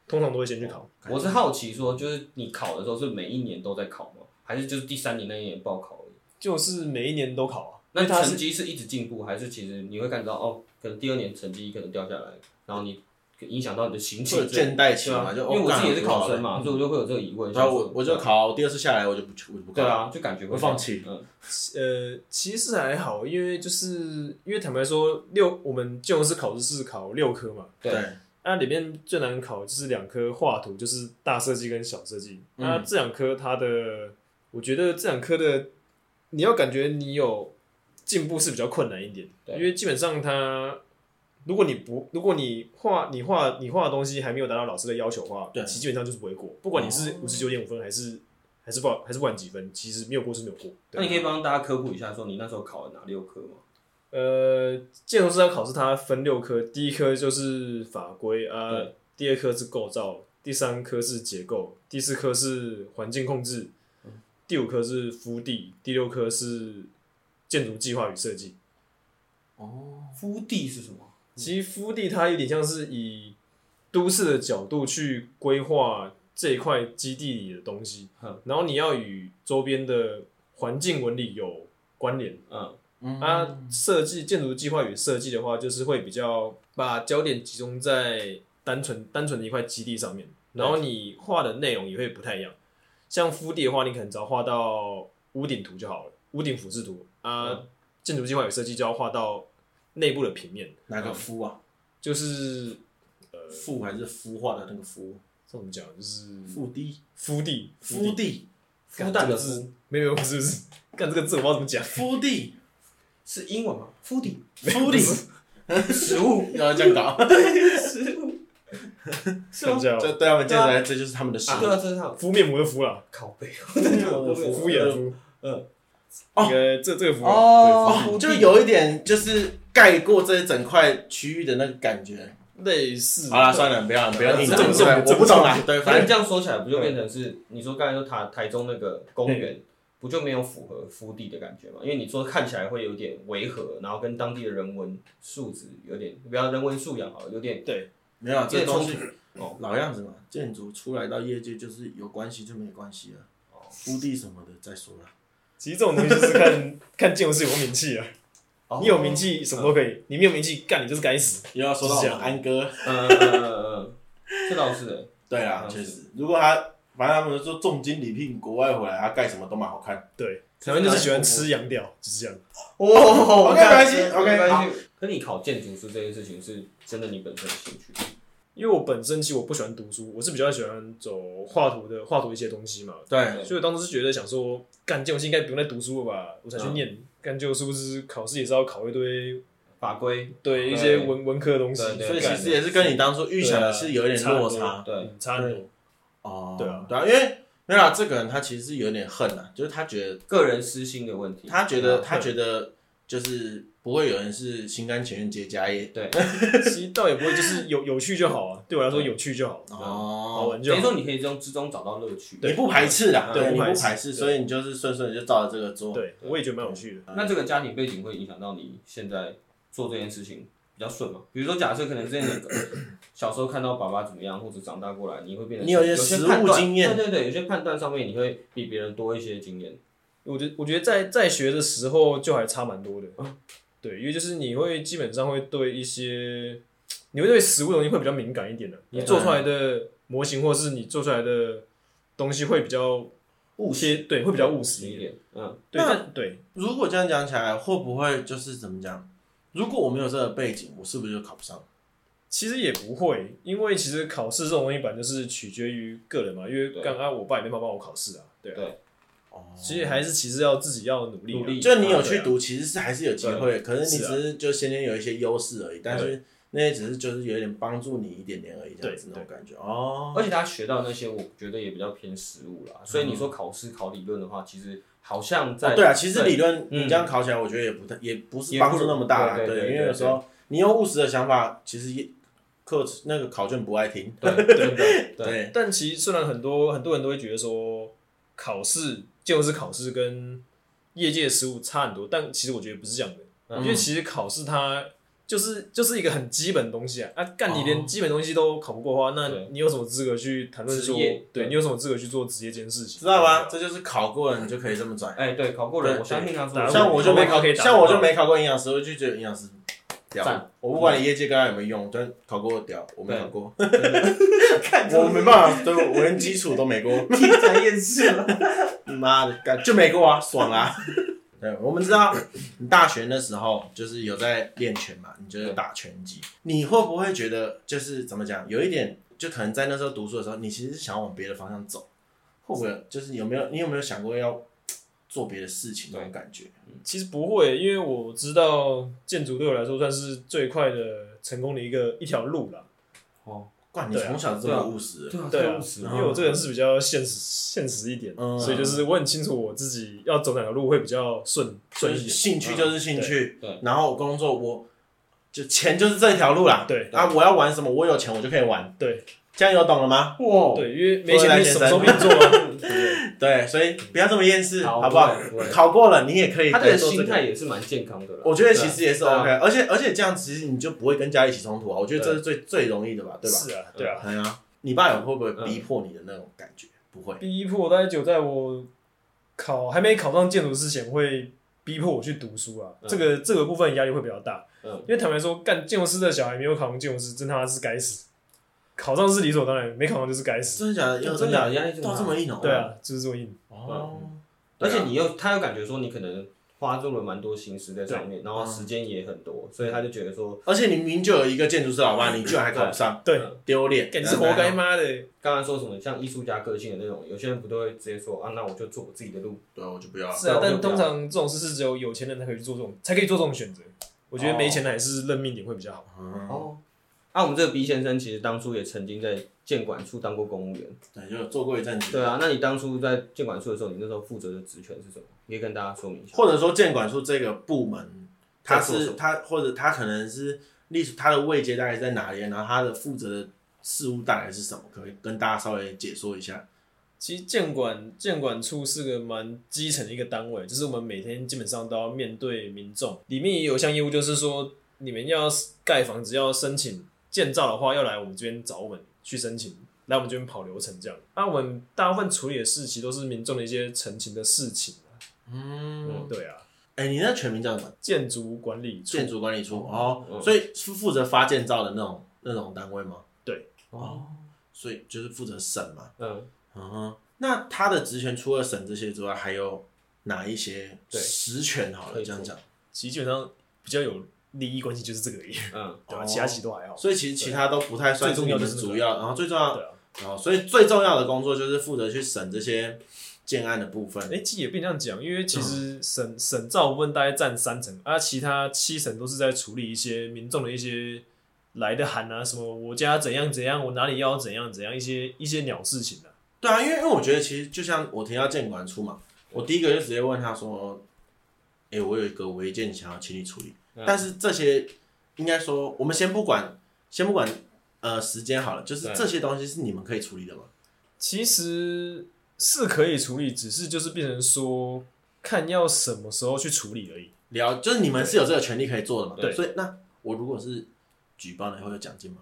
S3: 通常都会先去考。
S1: 我是好奇说，就是你考的时候是每一年都在考吗？还是就是第三年那一年报考而已？
S3: 就是每一年都考啊，因
S1: 那
S3: 为它
S1: 成
S3: 是
S1: 绩是一直进步，还是其实你会感觉到哦，可能第二年成绩可能掉下来，然后你影响到你的心
S2: 会有
S1: 情？
S2: 倦怠期
S1: 对啊
S2: 嘛？，就
S1: 因为我自己也是考生，
S2: 哦
S1: 嘛，所以我就会有这个疑问。想
S2: 干然后
S1: 说
S2: 我我就，考第二次下来，我就不去，我就不考。
S1: 对，啊，就感觉会
S2: 我放弃
S1: 嗯，
S3: 呃，其实还好，因为就是因为坦白说，六我们建筑师考试是考六科嘛，
S1: 对
S2: 对，
S3: 那里面最难考就是两科画图，就是大设计跟小设计。
S2: 嗯
S3: 那这两科它的，我觉得这两科的，你要感觉你有进步是比较困难一点，
S1: 对
S3: 因为基本上它，如果你不，如果你画你画你画的东西还没有达到老师的要求的话，
S2: 对
S3: 其实基本上就是不会过，不管你
S1: 哦
S3: 是五十九点五分还是还是不好还是不管几分，其实没有过是没有过。对
S1: 那你可以帮大家科普一下，说你那时候考了哪六科吗？
S3: 呃，建筑师要考试，它分六科，第一科就是法规啊
S1: 对，
S3: 第二科是构造，第三科是结构，第四科是环境控制，
S1: 嗯
S3: 第五科是敷地，第六科是建筑计划与设计。
S2: 哦，
S1: 夫地是什么？
S3: 其实敷地它有点像是以都市的角度去规划这一块基地里的东西
S1: 嗯，
S3: 然后你要与周边的环境纹理有关联。
S1: 嗯，
S2: 嗯
S3: 啊，设计建筑计划与设计的话，就是会比较把焦点集中在单纯单纯的一块基地上面，然后你画的内容也会不太一样。像敷地的话，你可能只要画到屋顶图就好了，屋顶俯视图啊。
S1: 嗯
S3: 建筑计划与设计就要画到内部的平面，
S2: 哪个夫啊？
S3: 就是
S2: 父还是孵化的那个夫？
S3: 这怎么讲？就是
S2: 腹低，
S3: 敷地，
S2: 夫地，
S1: 孵蛋的
S3: 这个字，没有，不是不是，干这个字我不知道怎么 讲。
S2: 夫地，
S1: 是英文吗？Foodie，
S2: 夫地，
S1: 食物，
S2: 要这样搞，
S1: 食物，是
S3: 看
S1: 吗？
S3: 一下
S2: 这
S3: 哦，
S2: 对啊他们建来，这就是他们的事
S1: 啊，。对啊，这是他的
S3: 敷面膜的敷啦，
S1: 拷贝，
S3: 我
S1: 对啊
S3: 敷衍的敷，
S1: 嗯，
S2: 哦
S3: 那个这这个敷啊，
S4: 哦
S3: 对敷
S2: 哦，就有一点就是盖过这一整块区域的那个感觉。
S3: 类似。
S2: 好了，算了，不要不要硬
S3: 这
S2: 了，
S3: 不重
S2: 对我不懂啦。对，
S1: 反
S2: 反
S1: 正你
S2: 正
S1: 这样说起来，不就变成是你说刚才说台台中那个公园，不就没有符合腹地的感觉嘛？因为你说看起来会有点违和，然后跟当地的人文素质有点，不要人文素养好了，有点
S2: 没有啊
S1: 有
S2: 这
S1: 点
S2: 东
S1: 冲
S2: 西
S1: 突。哦，
S2: 老样子嘛，建筑出来到业界就是有关系就没关系了，夫地什么的再说了。
S3: 其实这种东西就是看 看建筑师有没有名气啊，
S1: 哦
S3: 你有名，气什么都可以，你没有名气干你就是该死。
S2: 又要说到我们安哥，
S1: 嗯嗯嗯嗯，嗯这倒是欸，
S2: 对啊，
S1: 嗯
S2: 确实，如果他反正他们说重金礼聘国外回来，他盖什么都蛮好看。
S3: 对，台湾就是喜欢吃洋调，就是这样。
S1: 哦
S2: OK，没关系，OK，
S1: 没关系。可你考建筑师这件事情是真的你本身的兴趣，
S3: 因为我本身其实我不喜欢读书，我是比较喜欢走画图的画图一些东西嘛，
S2: 对
S3: 所以我当时是觉得想说，干建筑系应该不用再读书了吧，我才
S1: 嗯
S3: 去念。干建筑是不是考试也是要考一堆
S1: 法规
S3: 对
S1: 对
S3: 一些文文科的东西？
S1: 对对
S2: 所以
S1: 干
S2: 其
S1: 的
S2: 实也是跟你当初预想的是有一点落
S3: 对
S2: 差
S3: 啊
S1: 对，
S3: 嗯差很多。
S2: 哦。
S3: 对啊
S2: 对啊，因为没有啦，这个人他其实是有点恨啊，就是他觉得
S1: 个人私心的问题，
S2: 他觉得他
S3: 对
S2: 觉得就是不会有人是心甘情愿接家业
S1: 对，
S3: 其实倒也不会，就是有有趣就好啊。对我来说，有趣就好，好
S2: 哦，
S3: 玩就
S1: 等于
S3: 好。
S1: 说你可以从之中找到乐趣。
S2: 你不排斥啦，
S3: 对
S2: 对，你
S3: 不排斥
S2: 排斥，
S3: 对
S2: 所以你就是顺顺地就照着这个做。
S3: 对，我也觉得蛮有趣的。
S1: 那这个家庭背景会影响到你现在做这件事情比较顺吗？比如说，假设可能之前有小时候看到爸爸怎么样，或者长大过来，你会变得
S2: 你有一些
S1: 些
S2: 实
S1: 判
S2: 物
S1: 断
S2: 经验
S1: 对对对，有些判断上面你会比别人多一些经验。
S3: 我觉得，我觉得在在学的时候就还差蛮多的。对，因为就是你会基本上会对一些，你会对食物的东西会比较敏感一点的、你做出来的模型或是你做出来的东西会比较
S1: 务
S3: 些，对，会比较务实一
S1: 一
S3: 点。
S1: 点，嗯，
S3: 对，
S2: 那
S3: 但对，
S2: 如果这样讲起来，会不会就是怎么讲？如果我没有这个背景，我是不是就考不上？
S3: 其实也不会，因为其实考试这种东西本来就是取决于个人嘛。因为
S1: 对
S3: 刚刚我爸也没办法帮我考试啊，对啊。
S1: 对
S2: 哦，
S3: 其实还是其实要自己要努力啊，
S1: 努力
S2: 就你有
S3: 对
S2: 去
S3: 啊
S2: 读，其实是还是有机会的，可是你
S3: 是啊
S2: 只是就先天有一些优势而已，但是那些只是就是有点帮助你一点点而已，这样子
S3: 对
S2: 那种感觉哦。
S1: 而且他学到那些，我觉得也比较偏实物啦。所以你说考试考理论的话，其实好像在
S2: 嗯哦对啊，其实理论
S1: 嗯
S2: 你这样考起来，我觉得也不太，也不是
S1: 也不
S2: 帮助那么大啦。
S1: 对对对
S2: 对，因
S1: 对
S2: 为有时候你有务实的想法，其实也课那个考卷不爱听。
S1: 对对对对，
S2: 对，
S3: 但其实虽然很多很多人都会觉得说考试就是考试跟业界的实务差很多，但其实我觉得不是这样的，
S1: 嗯
S3: 因为其实考试它就是就是一个很基本的东西啊，啊，干你连基本东西都考不过的话，
S1: 哦对
S3: 那你有什么资格去谈论
S1: 职
S3: 说
S1: 业，对
S3: 对你有什么资格去做职业这件事情？
S2: 知道吗？这就是考过了，你就可以这么拽。
S1: 哎对，考过人，
S2: 对
S1: 啊我相信他
S3: 对
S1: 说，
S2: 像我就没
S3: 考
S2: 考
S3: 可以，打
S2: 像我就没考过营养师，我就觉得营养师屌
S1: 赞。
S2: 我不管你业界跟他有没有用，但考过我屌，我没
S1: 对
S2: 考过，
S1: 看
S2: 我没办法，对我连基础都没过。
S1: 听起来厌世了。
S2: 你妈的，干就没过啊，爽啊！ 对，我们知道你大学那时候就是有在练拳嘛，你就是打拳击，你会不会觉得就是怎么讲，有一点就可能在那时候读书的时候，你其实是想要往别的方向走，会不会就是有没有你有没有想过要做别的事情那种感觉？
S3: 其实不会，因为我知道建筑对我来说算是最快的成功的一个一条路了。
S2: 怪你
S3: 对啊
S2: 从小这么务实，
S1: 对啊，
S3: 对啊
S1: 太务实，
S3: 因
S1: 了
S3: 为我这个人是比较现实现实一点，
S2: 嗯
S3: 所以就是我很清楚我自己要走哪条路会比较顺
S2: 所
S3: 顺一
S2: 以
S3: 点。
S2: 兴趣就是兴趣，
S1: 对对
S2: 然后我工作我就钱就是这条路啦，
S3: 对
S2: 啊，我要玩什么，我有钱我就可以玩，
S3: 对
S2: 这样有懂了吗？
S1: 哇，
S3: 对，因为没钱你什么时候变做啊？
S2: 对，所以不要这么厌世，
S1: 好
S2: 好不好
S1: 不会不会？
S2: 考过了，你也可以
S1: 他这
S2: 来
S1: 个
S2: 做这
S1: 心
S2: 个。
S1: 态也是蛮健康的啦。
S2: 我觉得其实也是
S1: 对啊
S2: OK，而且而且这样其实你就不会跟家里起冲突啊。我觉得这是最最容易的吧，对吧？
S3: 是啊，对啊。
S2: 对啊，你爸有会不会逼迫你的那种感
S1: 嗯
S2: 觉？不会，
S3: 逼迫大概就在我考还没考上建筑之前，会逼迫我去读书啊。
S1: 嗯
S3: 这个这个部分压力会比较大，
S1: 嗯
S3: 因为坦白说，干建筑师的小孩没有考上建筑师，真他妈是该死。考上是理所当然，没考上就是该死。
S2: 真的假的？要
S1: 真的啊假的压力这么
S2: 到
S3: 嗯
S1: 大
S3: 啊
S2: 这么硬哦？
S3: 对，啊，就是这么硬。
S2: 哦，
S1: 而且
S2: 对啊
S1: 你又，他又感觉说你可能花入了蛮多心思在上面，然后时间也很多，所以他就觉得说，
S2: 而且你明明就有一个建筑师老
S1: 嗯
S2: 爸，你居然还考不上，
S3: 对，
S2: 丢脸！
S3: 感觉是活该妈的。
S1: 刚才说什么像艺术家个性的那种，有些人不都会直接说啊，那我就做我自己的路，
S2: 对啊，我就不要。
S3: 是啊，但通常这种事是只有有钱人才可以去做这种，才可以做这种选择。我觉得没钱的还是认命点会比较好。
S2: 嗯，
S1: 哦，啊，我们这个 B 先生其实当初也曾经在建管处当过公务员。
S2: 对，就有做过一阵子。
S1: 对啊，那你当初在建管处的时候，你那时候负责的职权是什么？你可以跟大家说明一下。
S2: 或者说建管处这个部门，它
S1: 在做什
S2: 是它或者它可能是隶属它的位阶大概在哪里，然后它的负责的事务大概是什么，可不可以跟大家稍微解说一下。
S3: 其实建管建管处是个蛮基层的一个单位，就是我们每天基本上都要面对民众。里面也有项业务，就是说你们要盖房子要申请建造的话，要来我们这边找我们去申请，来我们这边跑流程这样。那我们大部分处理的事情都是民众的一些陈情的事情啊、
S2: 嗯，
S3: 对啊，
S2: 哎，你那全名叫什么？
S3: 建筑管理处
S2: 建筑管理处哦，
S1: 嗯
S2: 所以是负责发建造的那种那种单位吗？
S1: 哦，
S2: 所以就是负责审嘛。
S1: 嗯，
S2: 嗯哼，那他的职权除了审这些之外，还有哪一些
S1: 对
S2: 实权？好
S1: 可
S2: 了，
S1: 以
S2: 这样
S1: 说
S2: 讲。
S3: 其实基本上比较有利益关系就是这个而已，
S1: 嗯，
S3: 对吧、
S2: 哦
S3: 其他其实都还好。
S2: 所以其实其他都不太算是
S3: 最重
S2: 你
S3: 要就
S2: 们
S3: 是这个
S2: 主要，然后最重要
S3: 对啊，
S2: 哦，所以最重要的工作就是负责去审这些建案的部分。
S3: 哎、其实也不能这样讲，因为其
S1: 嗯
S3: 实省省造部分大概占三成，啊，其他七成都是在处理一些民众的一些来的函啊，什么我家怎样怎样，我哪里要怎样怎样一些一些鸟事情啊。
S2: 对啊，因为因为我觉得其实就像我提到建管处嘛，我第一个就直接问他说：“哎、我有一个违建想要请你处理，但是这些应该说我们先不管，先不管呃时间好了，就是
S1: 对
S2: 这些东西是你们可以处理的嘛？
S3: 其实是可以处理，只是就是变成说看要什么时候去处理而已。
S2: 聊就是你们是有这个权利可以做的嘛？
S3: 对
S2: 所以那我如果是举报了会有奖金吗？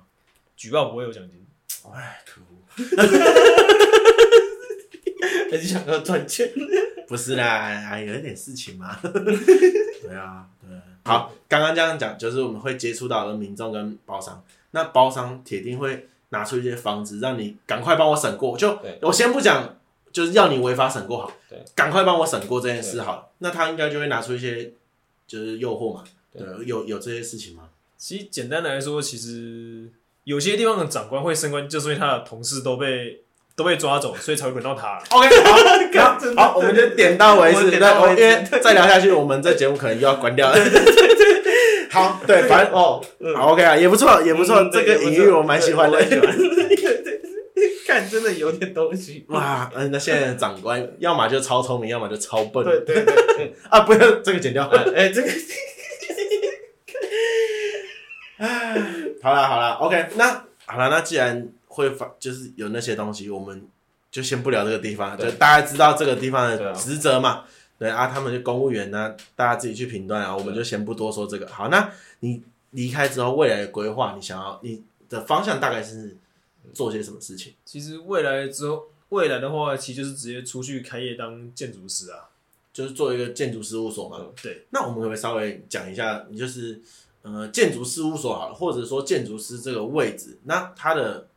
S3: 举报不会有奖金，
S2: 哎，可恶，
S1: 很想要赚钱。
S2: 不是啦，还有一点事情嘛。对啊，对。好，刚刚这样讲，就是我们会接触到的民众跟包商，那包商铁定会拿出一些方子，让你赶快帮我审过。就
S1: 对
S2: 我先不讲，就是要你违法审过好，
S1: 对，
S2: 赶快帮我审过这件事好了。那他应该就会拿出一些就是诱惑嘛，对，有有这些事情吗？
S3: 其实简单来说，其实有些地方的长官会升官，就是因为他的同事都被都被抓走，所以才会轮到他。
S2: OK，好，好，好，我们就点到为
S3: 我
S2: 止。
S3: 们
S2: 对，
S3: 点到
S2: 我
S3: 为
S2: 因
S3: 止
S2: 为再聊下去，我们这节目可能又要关掉了。好，对，反正哦，好 OK 啊，也不错，也不错，
S1: 嗯
S2: 这
S1: 对
S2: 个
S1: 也不
S2: 隐
S1: 错
S2: 喻我蛮喜欢的。
S1: 看，真的有点东西。
S2: 哇，嗯，那现在的长官要么就超聪明，要么就超笨
S1: 对对对，
S2: 啊！不要这个剪掉。
S1: 哎，这个
S2: 好啦好啦 o k 那好啦，那既然会发，就是有那些东西，我们就先不聊这个地方，就
S1: 对
S2: 大家知道这个地方
S1: 对
S2: 的
S1: 啊
S2: 职责嘛。对啊，他们就公务员呢、大家自己去评断啊，我们就先不多说这个。好，那你离开之后，未来的规划，你想要你的方向大概是做些什么事情？
S3: 其实未来之后，未来的话，其实就是直接出去开业当建筑师啊。
S2: 就是做一个建筑事务所嘛。
S3: 对，
S2: 那我们可不可以稍微讲一下，你就是呃建筑事务所好了，或者说建筑师这个位置，那他的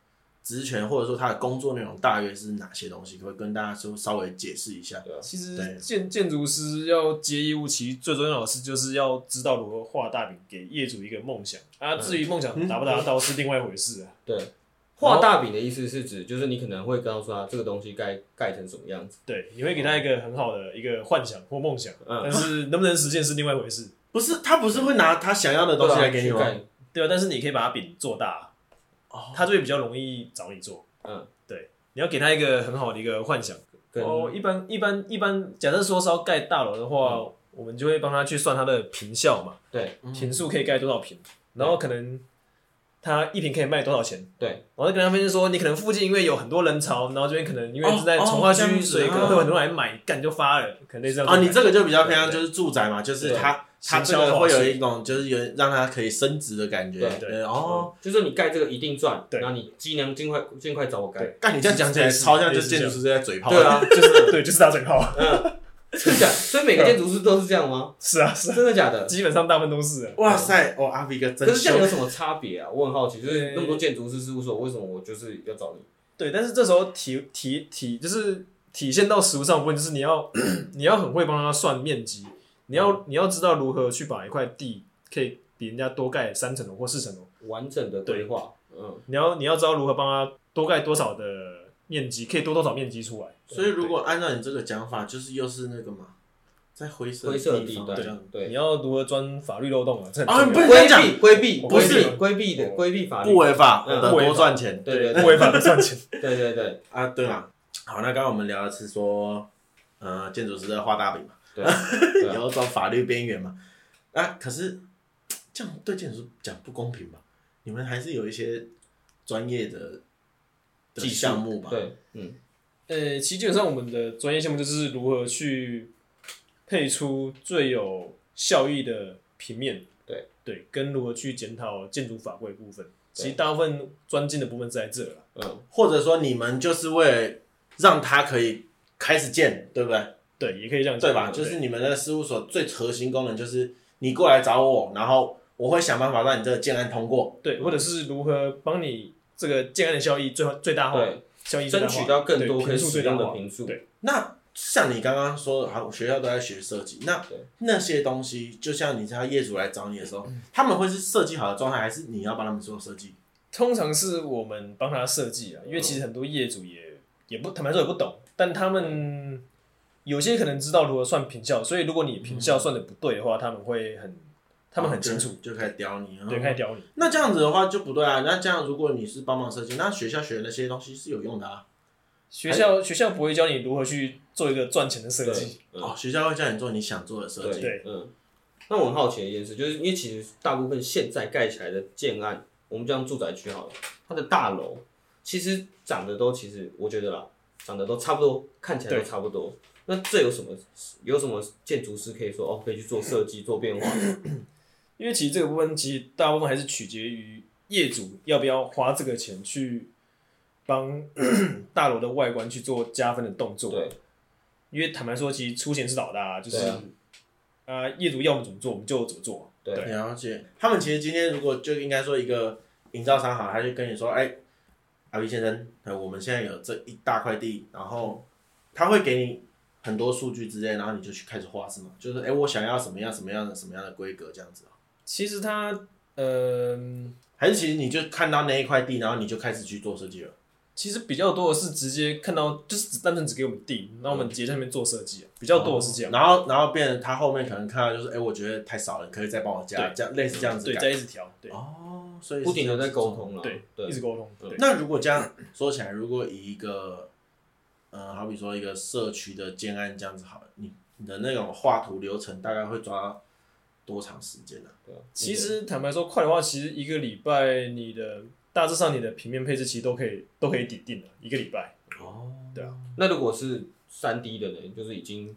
S2: 职权或者说他的工作内容大约是哪些东西？可不可以跟大家说稍微解释一下？
S3: 其
S2: 对
S3: 实建建筑师要接业务，其实最重要的是就是要知道如何画大饼，给业主一个梦想
S1: 嗯
S3: 啊。至于梦想达不达得到是另外一回事啊。
S1: 对。画大饼的意思是指，就是你可能会告诉他这个东西该盖成什么样子。
S3: 对，你会给他一个很好的一个幻想或梦想，
S1: 嗯
S3: 但是能不能实现是另外一回事，
S2: 不是，他不是会拿他想要的东西来给你
S1: 去
S2: 吗？
S1: 盖
S3: 对啊吧？但是你可以把它饼做大，
S2: 啊哦
S3: 他就会比较容易找你做。
S1: 嗯，
S3: 对，你要给他一个很好的一个幻想。
S1: 跟
S3: 哦，一般一般一般，假设说是要盖大楼的话，我们就会帮他去算他的坪效嘛，
S1: 对
S3: 坪数可以盖多少坪，然后可能他一坪可以卖多少钱，
S1: 对
S3: 然后跟他分析说，你可能附近因为有很多人潮，然后这边可能因为是在
S2: 哦哦
S3: 从化
S2: 这样
S3: 区，
S2: 子
S3: 所以可能
S2: 啊
S3: 会有很多人来买，干就发了，可能类似这样
S2: 啊，你这个就比较偏向
S1: 对
S2: 就是住宅嘛，就是
S1: 对
S2: 他他
S3: 行
S2: 这
S3: 销
S2: 个
S3: 化
S2: 会有
S3: 是
S2: 一种就是有让他可以升值的感觉。
S1: 对
S3: 对
S2: 哦，
S1: 就是你盖这个一定赚，
S3: 对
S1: 然后你尽量尽快尽快找我盖。
S2: 干你这样讲起来
S3: 类似
S2: 超像就
S3: 类
S2: 是
S3: 似
S2: 建筑师在嘴炮。
S1: 对啊，
S3: 就是对，就是打嘴炮，
S1: 真的假的？所以每个建筑师都是这样 吗？
S3: 是啊是啊，
S1: 真的假的？
S3: 基本上大部分都是啊。
S2: 哇塞，哦，阿 V 哥真
S1: 可是这样有。
S2: 凶
S1: 什么差别啊？我很好奇，就是
S3: 对
S1: 那么多建筑师事务所，为什么我就是要找你？
S3: 对，但是这时候体 体体就是体现到实物上的部分，就是你要你要很会帮他算面积，你要你要知道如何去把一块地可以比人家多盖三层楼或四层楼，
S1: 完整的规划，嗯，
S3: 你要你要知道如何帮他多盖多少的面积，可以多多少面积出来。
S2: 所以如果按照你这个讲法，就是又是那个嘛，在灰色
S1: 灰色
S2: 地
S1: 地
S2: 方
S1: 带
S2: 这样，
S1: 对
S3: 你，要如何钻法律漏洞啊？这很
S2: 啊
S3: 重要
S2: 不能
S1: 规
S2: 这样
S1: 避规避
S2: 不是
S1: 规避规避的规避法律
S2: 不，违法，
S1: 嗯
S2: 我得
S3: 不违
S2: 多
S3: 法
S2: 赚钱
S1: 对对
S3: 不
S1: 对
S3: 违法不算钱。
S1: 对对对，
S2: 啊。对嘛，好，那刚刚我们聊的是说，呃，建筑师在画大饼嘛，
S1: 对啊对啊
S2: 有走法律边缘嘛。啊，可是这样对建筑师讲不公平吧？你们还是有一些专业的的
S1: 技术
S2: 项目吧？
S1: 对，嗯，
S3: 呃，其实基本上我们的专业项目就是如何去配出最有效益的平面，
S1: 对
S3: 对，跟如何去检讨建筑法规部分。其实
S1: 对
S3: 大部分专精的部分是在这了。
S1: 嗯，
S2: 或者说你们就是为了让他可以开始建，对不对？
S3: 对，也可以这样讲
S2: 对吧？就是你们的事务所最核心功能就是你过来找我，然后我会想办法让你这个建案通过。
S1: 嗯
S3: 对，或者是如何帮你这个建案的效益最最大化
S1: 对，
S3: 效益最大
S1: 争
S3: 化
S1: 取到更多
S3: 对
S1: 可以
S3: 频数
S1: 使
S3: 最大
S1: 用的
S3: 化。
S1: 频数，
S3: 对
S2: 那像你刚刚说的，好，学校都在学设计，那
S1: 对
S2: 那些东西，就像你家业主来找你的时候，他们会是设计好的
S3: 嗯
S2: 状态，还是你要帮他们做设计？
S3: 通常是我们帮他设计啊，因为其实很多业主也也不坦白说也不懂，但他们有些可能知道如何算平效，所以如果你平效算的不对的话，他们会很他
S2: 哦
S3: 们很清楚，
S2: 就，就开始刁你。嗯
S3: 对，开始屌你。
S2: 那这样子的话就不对啊。那这样，如果你是帮忙设计，那学校学的那些东西是有用的啊。
S3: 学校学校不会教你如何去做一个赚钱的设计，
S1: 嗯
S2: 哦，学校会叫你做你想做的设计。
S3: 对
S1: 嗯，那我很好奇的一件事，就是因为其实大部分现在盖起来的建案，我们就像住宅区好了，它的大楼其实长得都其实我觉得啦，长得都差不多，看起来都差不多。那这有什么有什么建筑师可以说哦，可以去做设计、做变化？
S3: 因为其实这个部分其实大部分还是取决于业主要不要花这个钱去帮 大楼的外观去做加分的动作。啊
S1: 对，
S3: 因为坦白说，其实出钱是老大啊，就是
S1: 对
S3: 啊
S1: 啊、
S3: 业主要我们怎么做，我们就怎么做。
S1: 对
S2: 了解。他们其实今天如果就应该说一个营造商好，他就跟你说，哎、阿 B 先生，呃我们现在有这一大块地，然
S1: 嗯
S2: 后他会给你很多数据之类，然后你就去开始画，是吗？就是哎、我想要什么样什么样的什么样的规格这样子啊，
S3: 其实它，嗯，
S2: 还是其实你就看到那一块地，然后你就开始去做设计了。
S3: 其实比较多的是直接看到，就是只单纯只给我们地，那我
S2: 嗯
S3: 们直接在那边做设计啊，比较多的是这样。
S2: 然后然后变成他后面可能看到就是，哎、我觉得太少了，你可以再帮我加，
S3: 对
S2: 这样类似这样子
S3: 对，
S2: 改。
S3: 再一直调，对
S2: 哦，所以是
S1: 不停的
S2: 这样
S1: 在
S2: 子
S1: 沟
S2: 做
S1: 通了。
S3: 对
S1: 对
S3: 一直沟通，对。
S2: 那如果这样说起来，如果以一个，呃，好比说一个社区的建案这样子好了，你你的那种画图流程大概会抓多长时间呢、
S1: 对啊
S3: 其实坦白说，快的话，其实一个礼拜你的大致上你的平面配置其实都可以都可以抵定了，一个礼拜。
S2: 哦，
S3: 对啊，
S1: 那如果是三 D 的呢，就是已经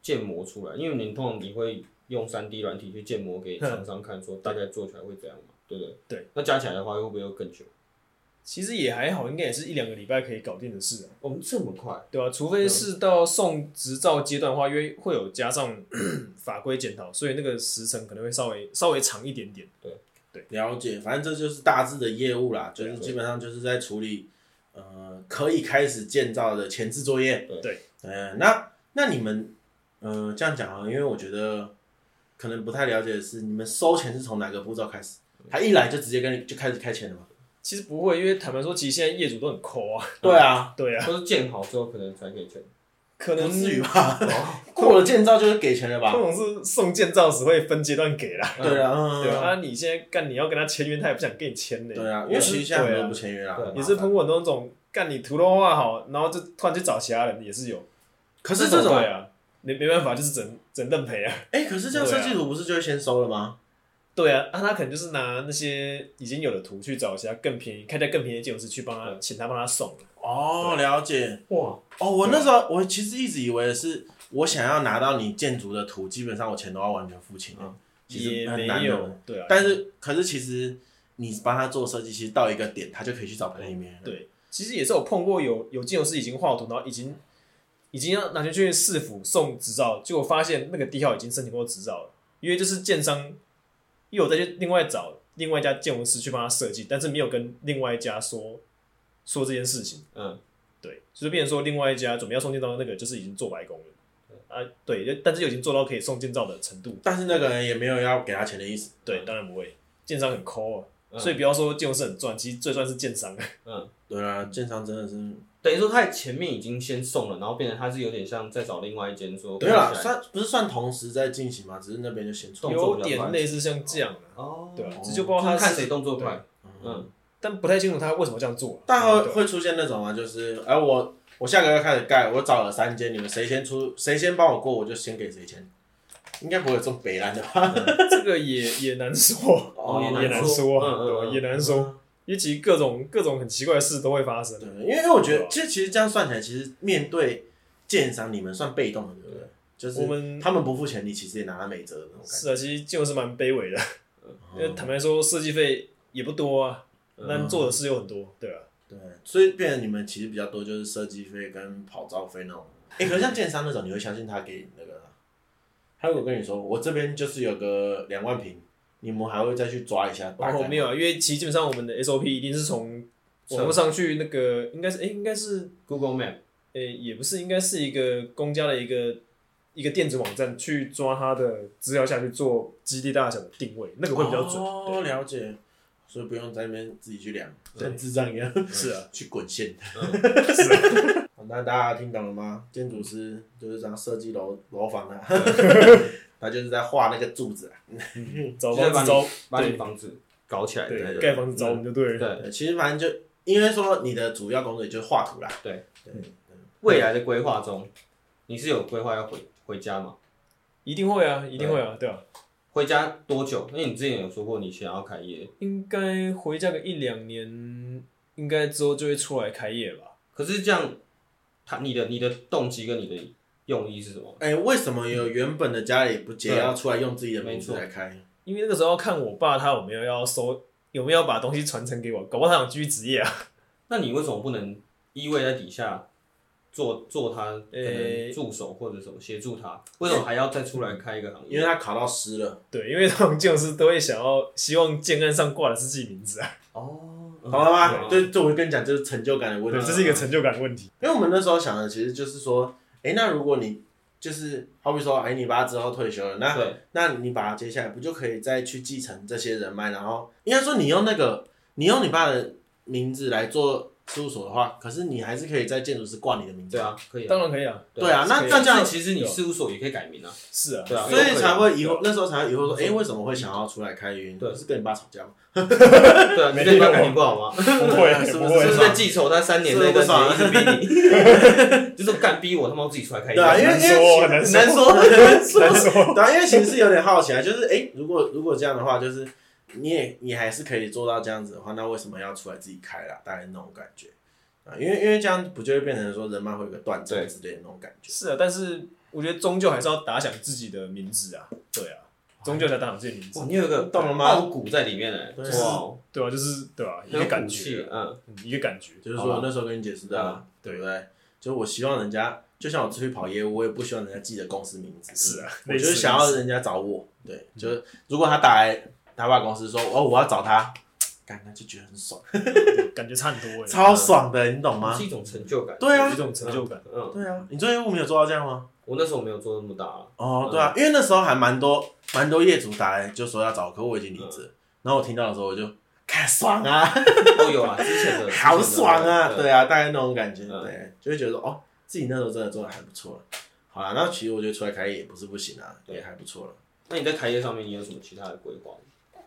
S1: 建模出来，因为你通常你会用三 D 软体去建模给厂商看，说大概做起来会怎样嘛，对不对？
S3: 对。
S1: 那加起来的话，会不会又更久？
S3: 其实也还好，应该也是一两个礼拜可以搞定的事啊，
S1: 我们这么快？
S3: 对吧、除
S2: 嗯
S3: 非是到送执照阶段的话，因为会有加上 法规检讨，所以那个时程可能会稍微稍微长一点点。
S2: 了解，反正这就是大致的业务啦，就是基本上就是在处理，呃，可以开始建造的前置作业。
S1: 对
S3: 对，
S2: 呃，那那你们，呃，这样讲啊，因为我觉得可能不太了解的是，你们收钱是从哪个步骤开始？他一来就直接跟你就开始开钱了吗？
S3: 其实不会，因为坦白说，其实现在业主都很抠啊。
S2: 对啊，
S3: 对啊，
S1: 都是建好之后可能才可以建。
S3: 可能
S2: 不至于吧？
S1: 哦
S2: 过了建造就是给钱了吧
S3: 通？常是送建造时会分阶段给啦。
S2: 对啊，嗯
S3: 对啊，啊你现在干你要跟他签约，他也不想跟你签呢。
S2: 对啊，因为其实现在很多不签约啦
S1: 对啊。
S3: 也是碰过很多那种干你图都画好，然后就突然去找其他人，也是有。
S2: 可是这种，
S3: 对啊，没没办法，就是整整认赔啊。
S2: 哎，可是这样设计图不是就会先收了吗？
S3: 对啊，那、他可能就是拿那些已经有的图去找其他更便宜、开价更便宜的建筑师去帮
S2: 嗯
S3: 他，请他帮他送。
S2: 哦，了解。
S1: 哇，
S2: 哦，我那时候我其实一直以为是我想要拿到你建筑的图，基本上我钱都要完全付清了
S1: 嗯。
S2: 其实
S3: 也
S2: 很
S3: 没
S2: 难
S3: 有
S2: 的，，哦
S3: 对啊，
S2: 但是可是其实你帮他做设计，其实到一个点，他就可以去找便宜别人。
S3: 对其实也是有碰过有有建筑师已经画图，然后已经已经要拿去去市府送执照，结果发现那个地号已经申请过执照了，因为就是建商又有再去另外找另外一家建筑师去帮他设计，但是没有跟另外一家说说这件事情，
S1: 嗯，
S3: 对，所以变成说另外一家准备要送建造的那个就是已经做白工了，啊，对，但是已经做到可以送建造的程度，
S2: 但是那个人也没有要给他钱的意思。
S3: 对，当然不会，建商很抠啊，
S1: 嗯
S3: 所以不要说建筑师很赚，其实最赚是建商。
S2: 对啊，建商真的是
S1: 等于说他前面已经先送了，然后变成他是有点像在找另外一间说
S2: 没
S3: 啊
S2: 有啦，
S1: 看起来
S2: 算不是算同时在进行嘛，只是那边就先做。
S1: 动作
S3: 有
S1: 比较
S3: 点
S1: 慢
S3: 类似像这样啊，
S1: 哦，
S3: 对啊，
S2: 哦
S3: 这就不知道他
S1: 看
S3: 是，
S1: 谁动作快，嗯，
S3: 但不太清楚他为什么这样
S1: 哦
S3: 做啊。
S2: 但会
S3: 对
S2: 会出现那种啊，就是哎、我我下个月开始盖，我找了三间，你们谁先出谁先帮我过，我就先给谁钱。应该不会有这么北蓝的吧？
S3: 这个也 也难说，
S1: 哦也
S3: 也
S1: 难
S3: 难
S1: 说
S3: 说
S1: 嗯
S3: 啊，
S1: 嗯
S3: 对吧
S1: 嗯
S3: 也难说，因为其实各种各种很奇怪的事都会发生啊
S2: 对。，因为因为我觉得，其实其实这样算起来，其实面对建商，你们算被动的，对不对？就是
S3: 我们
S2: 他们不付钱，你其实也拿他没辙的那种感觉。
S3: 是啊，其实建筑师蛮卑微的，因为
S2: 嗯
S3: 坦白说设计费也不多啊，
S1: 嗯
S3: 但做的事又很多，对吧？啊
S2: 对，所以变成你们其实比较多就是设计费跟跑照费那种。哎、可是像建商那种，你会相信他给你那个啊？他如果跟你说，我这边就是有个两万平，你们还会再去抓一下？大概
S3: 哦，没有，啊，因为其实基本上我们的 SOP 一定是从网络上去那个，应该是诶，应该是
S1: Google Map，
S3: 诶，也不是，应该是一个公家的一个一个电子网站去抓它的资料下去做基地大小的定位，那个会比较准。
S2: 哦，了解。所以不用在那边自己去量，跟智障一样嗯
S3: 对是啊，
S2: 去滚线。
S3: 是啊，
S2: 好那大家听懂了吗？建筑师就是这样设计楼楼房的、啊， 他就是在画那个柱子、啊。
S3: 找
S1: 就
S3: 房
S1: 是把
S3: 子
S1: 你
S3: 招，
S1: 把你
S3: 对
S1: 房子搞起来，对
S3: 对，
S1: 对
S3: 盖房子招我们就对了。
S1: 嗯对，
S2: 对，其实反正就因为说你的主要工作也就是画图啦。
S1: 未来的规划中，你是有规划要回回家吗？
S3: 一定会啊，一定会啊，对啊，
S1: 回家多久？因为你之前有说过你想要开业，
S3: 应该回家个一两年，应该之后就会出来开业吧。
S1: 可是这样，他你的你的动机跟你的用意是什么？
S2: 哎、为什么有原本的家里不接，要出来用自己的名字来开？
S3: 因为那个时候看我爸他有没有要收，有没有把东西传承给我，搞不好他想继续职业啊。
S1: 那你为什么不能依偎在底下做做他可
S3: 诶
S1: 能助手或者什么协助他？为什么还要再出来开一个行
S2: 因
S1: 业？
S2: 为他考到师了，
S3: 对，因为他们建筑师都会想要希望建案上挂的是自己名字啊，
S1: 哦，
S2: 懂了吗？
S1: 嗯
S2: 对，这我就跟你讲，就是成就感的问
S3: 对，
S2: 题。
S3: 这是一个成就感问题。
S2: 因为我们那时候想的其实就是说，哎、那如果你就是好比说，哎、你爸之后退休了，那
S1: 对，啊
S2: 那你把他接下来，不就可以再去继承这些人脉？然后应该说，你用那个，你用你爸的名字来做事务所的话，可是你还是可以在建筑师挂你的名字。
S1: 对啊，可以啊。
S3: 当然可以啊，
S2: 对啊，
S3: 是
S2: 那
S3: 可以
S2: 那这样
S1: 其实你事务所也可以改 名啊。
S3: 是啊，
S1: 对啊
S2: 所以才会疑惑，那时候才会疑惑说，哎、为什么会想要出来开云？
S1: 对
S2: 是跟你爸吵架吗？
S1: 对啊，你对他感情不好吗？
S3: 不会
S2: 是不是
S3: 不
S1: 是不
S2: 对啊
S3: 会
S1: 是在记仇他三年那段时间一直逼你？就是干逼我他妈自己出来开业。
S2: 对啊，因为
S3: 难
S2: 因为
S3: 说
S2: 其
S3: 难
S2: 难说
S3: 难
S2: 难说，
S3: 说，
S2: 对啊，因为其实是有点好奇啊，就是哎、诶如果如果这样的话，就是你也你还是可以做到这样子的话，那为什么要出来自己开啦？大概那种感觉啊，因为因为这样不就会变成说人脉会有个断层
S1: 对
S2: 之类的那种感觉。
S3: 是啊，但是我觉得终究还是要打响自己的名字啊，对啊，终究要打响自己的名
S1: 哇，
S3: 字，
S1: 你有一个
S2: 懂了吗
S1: 傲骨在里面哎，
S2: 对
S1: 就
S2: 啊
S1: 是哇，
S3: 对啊，就是对啊，一
S1: 很
S3: 个
S1: 有
S3: 感
S1: 骨气
S3: 觉，，
S1: 嗯，
S3: 嗯一个感觉，
S2: 就是
S1: 好
S2: 说
S1: 吧
S2: 那时候跟你解释的、啊，对不对？就是我希望人家，就像我出去跑业务，我也不希望人家记得公司名字。
S3: 是啊，
S2: 我
S3: 类
S2: 就
S3: 似嗯
S2: 是想要人家找我，对，就是如果他打来打把公司说哦我要找他，感那就觉得很爽，
S3: 感 觉差很多欸，
S2: 超爽的，你懂吗
S1: 是？一种成就感。
S2: 对啊
S3: 有一种成就感，
S1: 嗯，
S2: 对啊，你做业务没有做到这样吗？
S1: 我那时候没有做那么大啊，
S2: 哦，对啊，因为那时候还蛮多蛮多业主打来就说要找我，可我已经离职了，然后我听到的时候我就，看爽啊，
S1: 哦有啊，之前的
S2: 好爽
S1: 之
S2: 啊，
S1: 前的
S2: 对啊，大概那种感觉，
S1: 嗯
S2: 对，就会觉得说哦，自己那时候真的做的还不错了。好啦，那其实我觉得出来开业也不是不行啊，也还不错了。
S1: 那你在开业上面，你有什么其他的规划吗？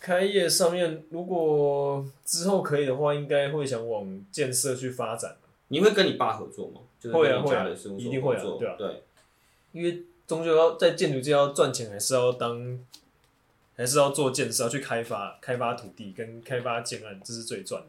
S3: 开业上面，如果之后可以的话，应该会想往建设去发展。
S1: 你会跟你爸合作吗？就是
S3: 会啊
S1: 跟你家
S3: 会啊
S1: 人事务所
S3: 一定会啊
S1: 合作
S3: 对啊
S1: 对，
S3: 因为终究要在建筑界要赚钱，还是要当，还是要做建设，要去开发开发土地跟开发建案，这是最赚的。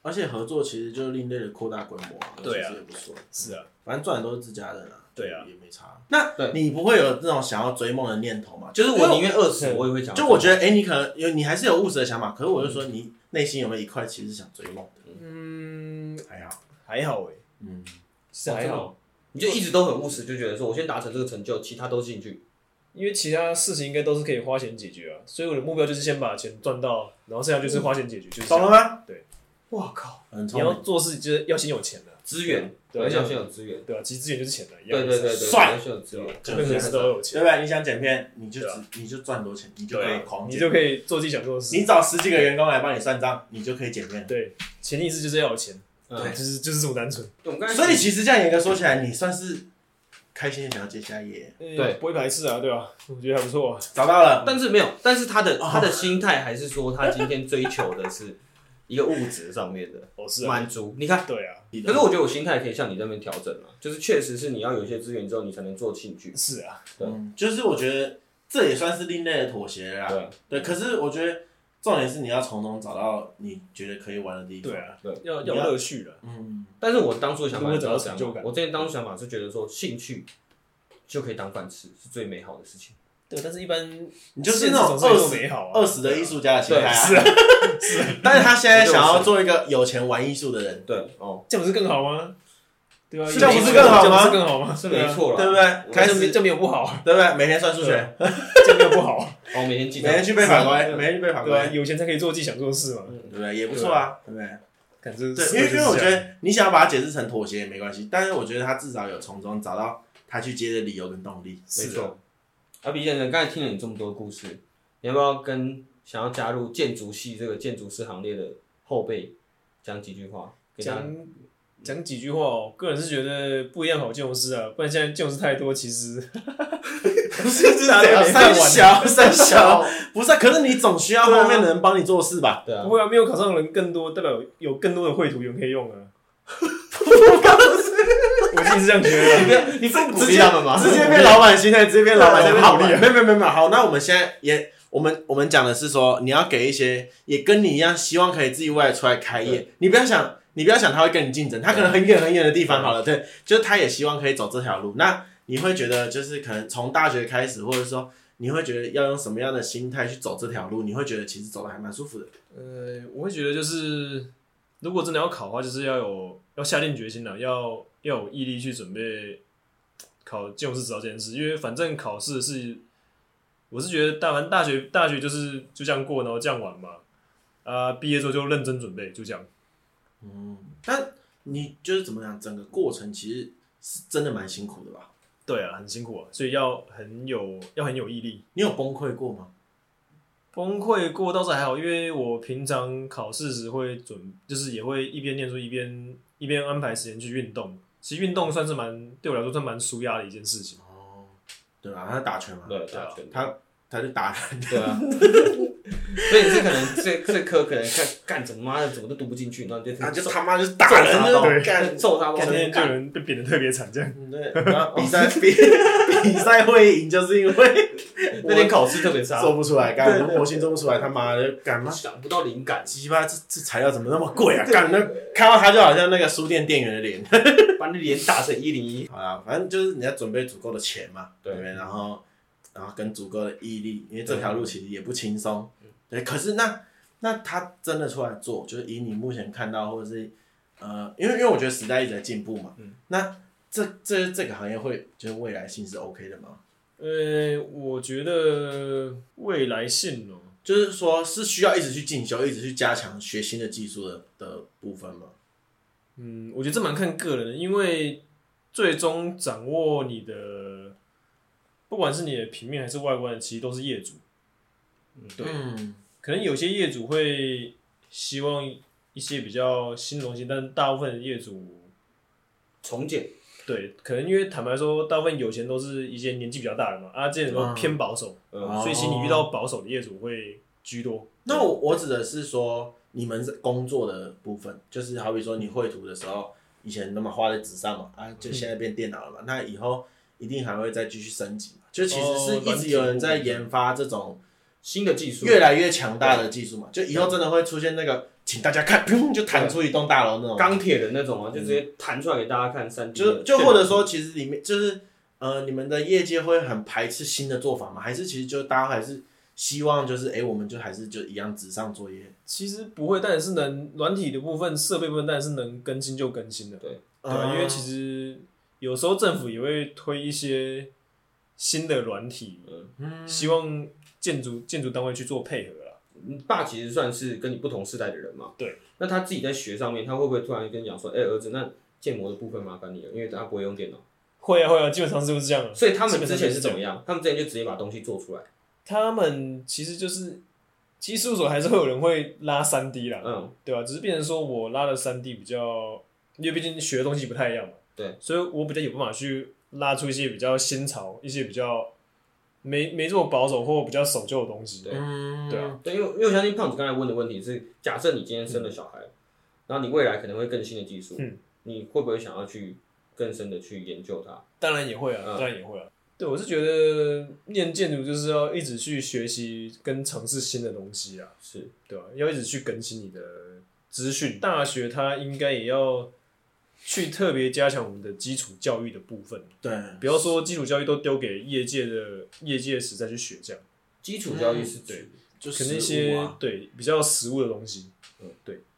S2: 而且合作其实就另类的扩大规模啊，
S3: 对啊
S2: 其实也不错。
S3: 是啊，
S2: 反正赚的都是自家人啊，
S3: 对啊
S2: 也没差。那
S1: 对
S2: 你不会有那种想要追梦的念头嘛？
S1: 就是我宁
S2: 因为
S1: 愿饿死，我也会想。
S2: 就我觉得，哎、你可能有，你还是有务实的想法，可是我就说你内心有没有一块其实是想追梦的？
S3: 嗯，
S2: 还好，
S3: 还好诶、
S2: 嗯，
S3: 是啊
S1: 哦
S3: 还
S1: 真的
S3: 好，
S1: 哦你就一直都很务实，就觉得说我先达成这个成就，其他都进去。
S3: 因为其他事情应该都是可以花钱解决啊。所以我的目标就是先把钱赚到，然后剩下就是花钱解决，就是这
S2: 懂
S3: 样
S2: 了吗？
S3: 对，哇靠！
S2: 很
S3: 你
S2: 聪
S3: 要
S2: 明，
S3: 做事就是要先有钱的，
S1: 资源，
S3: 对
S1: 我相信有资源，
S3: 对吧、啊其实资源就是钱的，一样
S1: 对对对对，
S2: 帅
S1: 相信有资源，
S2: 就
S3: 任何
S2: 是
S3: 事
S2: 这
S3: 都
S2: 样
S3: 要有
S2: 对
S3: 钱，
S2: 不对？你想剪片，你就
S3: 对啊
S2: 只你就赚多钱，你就可以
S3: 对
S2: 狂
S3: 啊，你
S2: 剪
S3: 就可以做自己想做的事。
S2: 你找十几个员工来帮你算账，你就可以减面。
S3: 对，潜意识就是要有钱，啊
S1: 嗯，
S3: 就是就是这么单纯。
S1: 我们刚才
S2: 所以其实这样严格说起来，你算是开心的了解下一页，
S1: 对
S3: 不会排斥啊，对吧？我觉得还不错啊。
S2: 找到了。
S1: 但是没有，但是他的他的心态还是说，他今天追求的是一个物质上面的
S3: 我是啊，
S1: 满足。你看，
S3: 对啊，
S1: 可是我觉得我心态可以像你这边调整了，就是确实是你要有一些资源之后，你才能做兴趣。
S3: 是啊，
S1: 对
S2: 嗯，就是我觉得这也算是另类的妥协了啦。
S1: 对，
S2: 对，可是我觉得重点是你要从中找到你觉得可以玩的地方。
S3: 对，啊
S1: 对，
S3: 要
S2: 你
S3: 要
S2: 要
S3: 有乐趣了。
S2: 嗯，
S1: 但是我当初的想
S3: 如
S1: 法
S3: 果
S1: 你知道
S3: 找到
S1: 怎
S3: 成就
S1: 样吗？
S3: 感
S1: 我之前当初想法是觉得说，兴趣就可以当饭吃，是最美好的事情。
S3: 对，但是一般
S2: 你就是那种二
S3: 二
S2: 十
S3: 美好啊，
S2: 二十的艺术家的心态啊。
S3: 是啊，
S2: 但是他现在想要做一个有钱玩艺术的人，
S1: 对，哦，
S3: 这样不是更好吗？对吧？
S2: 是
S3: 这样
S1: 这样不是
S2: 更好吗
S3: 这样不是更好吗？
S1: 是啊
S3: 是
S1: 没错
S2: 对啊
S1: 了。
S2: 不对？开
S3: 开始
S2: 始
S3: 这没有不 好，
S2: 对不对？啊每天算数学，
S3: 这没有不好，
S1: 哦，每天记
S2: 每
S1: 得
S2: 天去背法
S1: 是
S2: 规，
S1: 啊
S2: 每天去背法
S3: 对吧？
S2: 规，
S3: 有钱才可以做自己想做的事嘛。
S2: 对不对？也不错啊，对不对？
S3: 感觉
S2: 对，因为因为我觉得你想要把它解释成妥协也没关系，但是我觉得他至少有从中找到他去接的理由跟动力。
S1: 没
S3: 是啊
S1: 错。阿比先生，刚才听了你这么多故事，你要不要跟想要加入建筑系这个建筑师行列的后辈讲几句话？给他
S3: 讲讲几句话哦，我个人是觉得不一样好建筑师啊，不然现在建筑师太多，其实
S2: 不是是
S3: 大
S2: 怎样？
S3: 家都没饭
S2: 三
S3: 玩
S2: 小 三小，不是啊？可是你总需要后面的人帮你做事吧？
S1: 对啊
S3: 不，会啊，没有考上的人更多，代表有有更多的绘图员可以用 啊。我一直这样觉得啊，
S1: 你不要，你不
S2: 直接直接变老板心态，直接变老板心态。啊好，没有没有没有没有。好，那我们现在也，我们我们讲的是说，你要给一些也跟你一样，希望可以自己未来出来开业。你不要想，你不要想他会跟你竞争，他可能很远很远的地方好了，对，就是他也希望可以走这条路。那你会觉得，就是可能从大学开始，或者说你会觉得要用什么样的心态去走这条路？你会觉得其实走的还蛮舒服的。
S3: 呃，我会觉得就是，如果真的要考的话，就是要有要下定决心了、要要有毅力去准备考建筑师执照这件事，因为反正考试是，我是觉得大反正大学大学就是就这样过，然后这样玩嘛，啊、毕业之后就认真准备，就这样。
S2: 嗯，但你就是怎么讲，整个过程其实是真的蛮辛苦的吧？
S3: 对啊，很辛苦啊，所以要很有要很有毅力。
S2: 你有崩溃过吗？
S3: 崩溃过倒是还好，因为我平常考试时会准，就是也会一边念书一边一边安排时间去运动。其实运动算是蛮对我来说算蛮舒压的一件事情。
S2: 哦，对啊吧？他打拳嘛，
S1: 对打拳，
S2: 他他就打人，
S1: 对啊。 所以你这可能这这科可能看干怎么妈的怎么都读不进去，然后啊你就
S2: 他就
S1: 揍
S2: 他妈就是打人，
S1: 揍他
S2: 就是
S3: 爆
S2: 干。
S1: 揍他
S3: 今天就有
S1: 干。
S3: 人被贬得特别惨，这样
S2: 嗯对， 然后比赛比比赛会赢，就是因为
S1: 那天考试特别差，
S2: 做不出来，
S1: 对
S2: 干
S1: 对
S2: 模型做不出来，他妈的干嘛？
S1: 想不到灵感，
S2: 鸡巴这这材料怎么那么贵啊？干那看到他就好像那个书店店员的脸。
S1: 把你脸打成一零一。
S2: 好啦，反正就是你要准备足够的钱嘛，
S1: 对
S2: 对不对？然后然后跟足够的毅力，因为这条路其实也不轻松。对，可是那那他真的出来做，就是以你目前看到或者是呃，因为因为我觉得时代一直在进步嘛，
S3: 嗯
S2: 那这这这个行业会就是未来性是 OK 的吗？
S3: 呃，我觉得未来性哦、
S2: 就是说是需要一直去进修，一直去加强学新的技术的的部分吗？
S3: 嗯，我觉得这蛮看个人的，因为最终掌握你的，不管是你的平面还是外观，其实都是业主。对
S2: 嗯，
S3: 可能有些业主会希望一些比较新的东西，但大部分的业主
S1: 重建，
S3: 对，可能因为坦白说，大部分有钱都是一些年纪比较大的嘛，啊，这些人都偏保守，
S1: 呃，
S2: 哦
S3: 所以其实你遇到保守的业主会居多。
S2: 那我我指的是说，你们是工作的部分，就是好比说你绘图的时候，以前那么画在纸上嘛，啊，
S3: 嗯
S2: 就现在变电脑了嘛，那以后一定还会再继续升级嘛。就其实是
S3: 哦
S2: 一直有人在研发这种
S1: 新的技术，
S2: 越来越强大的技术嘛，就以后真的会出现那个，请大家看，砰就弹出一栋大楼那种，
S1: 钢铁人那种啊，就直接弹出来给大家看三 D，
S2: 就就或者说，其实里面就是呃，你们的业界会很排斥新的做法嘛，还是其实就大家还是希望就是哎、我们就还是就一样纸上作业，
S3: 其实不会，但也是能软体的部分、设备部分，但是能更新就更新的。
S1: 对
S3: 对啊吧，因为其
S2: 实
S3: 实有时候政府也会推一些嗯新的软体，希望建筑建筑单位去做配合啦。啊
S1: 你爸其实算是跟你不同世代的人嘛。
S3: 对。
S1: 那他自己在学上面，他会不会突然跟你讲说：“哎、儿子，那建模的部分麻烦你了，因为他不会用电脑。
S3: 会啊会啊，基本上是不是这样啊”？
S1: 所以他
S3: 基
S1: 们
S3: 本
S1: 之
S3: 上
S1: 前
S3: 就是这
S1: 怎么
S3: 样
S1: 样？他们之前就直接把东西做出来。
S3: 他们其实就是技术所还是会有人会拉三 D 啦，
S1: 嗯，
S3: 对吧、只是变成说我拉的三 D 比较，因为毕竟学的东西不太一样嘛，
S1: 对，
S3: 所以我比较有办法去拉出一些比较新潮、一些比较没没这么保守或比较守旧的东西。
S1: 对
S2: 嗯，
S3: 对啊，
S1: 对，因为因为我相信胖子刚才问的问题是：假设你今天生了小孩，然后你未来可能会更新的技术，
S3: 嗯
S1: 你会不会想要去更深的去研究它？
S3: 当然也会啊，
S1: 嗯
S3: 当然也会啊。对，我是觉得念建筑就是要一直去学习跟尝试新的东西啊。
S1: 是，
S3: 对吧、要一直去更新你的资讯。大学它应该也要去特别加强我们的基础教育的部分，
S2: 对，
S3: 不要说基础教育都丢给业界的业界时再去学，这样
S1: 基
S2: 嗯
S1: 础教育是
S3: 对
S1: 指
S2: 就
S3: 可能
S2: 是
S3: 一些、
S2: 啊
S3: 对比较实物的东西。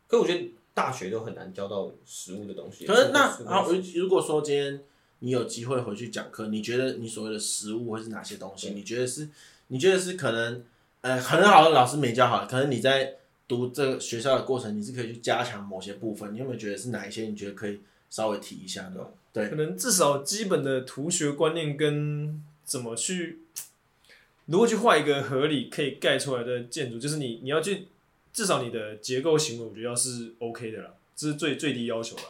S1: 可我觉得大学都很难教到实物的东西。
S2: 可是那
S1: 是不是
S2: 好，如果说今天你有机会回去讲课，你觉得你所谓的食物会是哪些东西？
S1: 对
S2: 你觉得是？你觉得是可能呃很好的老师没教好，可能你在读这个学校的过程，你是可以去加强某些部分。你有没有觉得是哪一些？你觉得可以稍微提一下的？对
S3: 可能至少基本的图学观念跟怎么去，如何去画一个合理可以盖出来的建筑，就是你你要去，至少你的结构行为，我觉得要是 OK 的啦，这是最最低要求啦，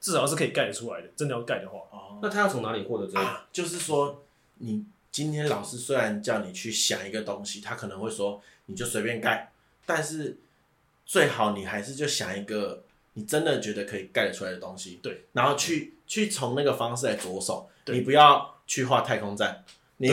S3: 至少是可以盖得出来的。真的要盖的话，
S2: 哦
S1: 那他要从哪里获得这个？
S2: 啊，就是说你今天老师虽然叫你去想一个东西，他可能会说你就随便盖，但是最好你还是就想一个你真的觉得可以盖得出来的东西，
S3: 对，
S2: 然后去去从那个方式来着手，
S3: 对
S2: 你不要去画太空站。你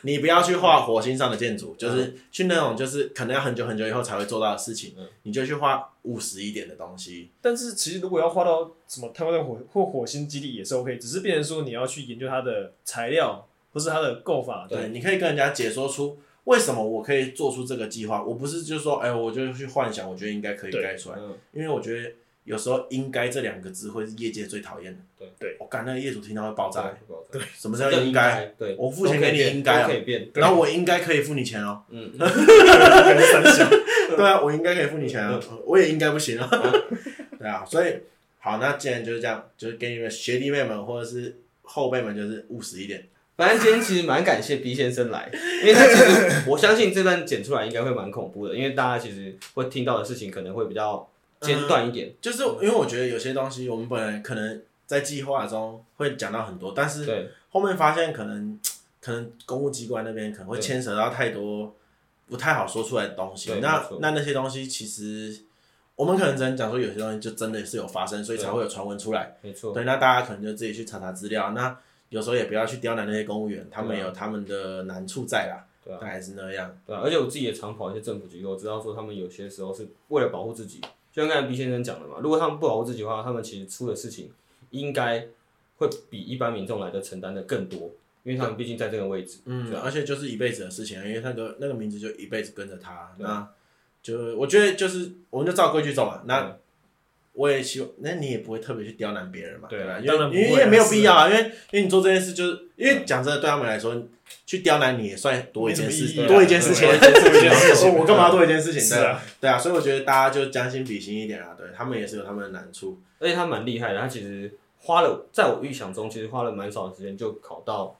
S2: 你不要去画火星上的建筑，就是去那种就是可能要很久很久以后才会做到的事情，
S1: 嗯
S2: 你就去画务实一点的东西。
S3: 但是其实如果要画到什么太空站火或火星基地也是 OK，只是变成说你要去研究它的材料或是它的构法。
S2: 对，你可以跟人家解说出为什么我可以做出这个计划。我不是就说，哎，我就去幻想，我觉得应该可以
S3: 对
S2: 盖出来，
S1: 嗯，
S2: 因为我觉得有时候“应该”这两个字会是业界最讨厌的。
S1: 对
S3: 对
S2: 我感那个业主听到会爆炸。
S1: 不好找，对，
S2: 什么叫应该？？
S1: 对，
S2: 我付钱
S1: 都可以
S2: 给你
S1: 变
S2: 应该
S1: 都可
S2: 哦，
S1: 以变，
S2: 然后我应该可以付你钱哦。
S1: 嗯，
S3: 感觉三小，
S2: 对啊，我应该可以付你钱啊，我也应该不行啊。 对啊，所以好，那既然就是这样，就是给你们学弟妹们或者是后辈们，就是务实一点。
S1: 反正今天其实蛮感谢 B 先生来，因为他其 实我相信这段剪出来应该会蛮恐怖的，因为大家其实会听到的事情可能会比较间断一点。
S2: 就是因为我觉得有些东西我们本来可能在计划中会讲到很多，但是
S1: 对，
S2: 后面发现可能可能公务机关那边可能会
S1: 对
S2: 牵扯到太多不太好说出来的东西
S1: 对。
S2: 那
S1: 没错
S2: 那那些东西其实我们可能只能讲说有些东西就真的是有发生，所以
S1: 对
S2: 才会有传闻出来。
S1: 没错，
S2: 对，那大家可能就自己去查查资料。那有时候也不要去刁难那些公务员，他们
S1: 对啊
S2: 有他们的难处在啦，
S1: 对啊
S2: 大概是那样。
S1: 对啊、而且我自己也常跑一些政府机构，我知道说他们有些时候是为了保护自己，就像刚才 B 先生讲的嘛，如果他们不保护自己的话，他们其实出的事情应该会比一般民众来的承担的更多，因为他们毕竟在这个位置。
S2: 嗯
S1: 对，啊
S2: 而且就是一辈子的事情，因为那个那个名字就一辈子跟着他。
S1: 对
S2: 那就我觉得就是我们就照规矩走嘛。那我也希望，那你也不会特别去刁难别人嘛，
S1: 对
S2: 对吧？因
S3: 当然
S2: 为因
S3: 不
S2: 为
S3: 会啊
S2: 也没有必要啊，因为因为你做这件事，就是因为
S1: 嗯
S2: 讲真的，对他们来说，去刁难你也算多一件事
S3: 没什么意义，啊
S2: 多一件事情，
S3: 对哦
S2: 多
S3: 多
S2: 一
S3: 一
S2: 件
S3: 件
S2: 事
S3: 事
S2: 情。
S3: 情
S2: 我干嘛要多一件事情？
S3: 是
S2: 对
S3: 啊，
S2: 对啊，所以我觉得大家就将心比心一点啊，对他们也是有他们的难处。
S1: 而且他蛮厉害的，他其实花了，在我预想中，其实花了蛮少的时间就考到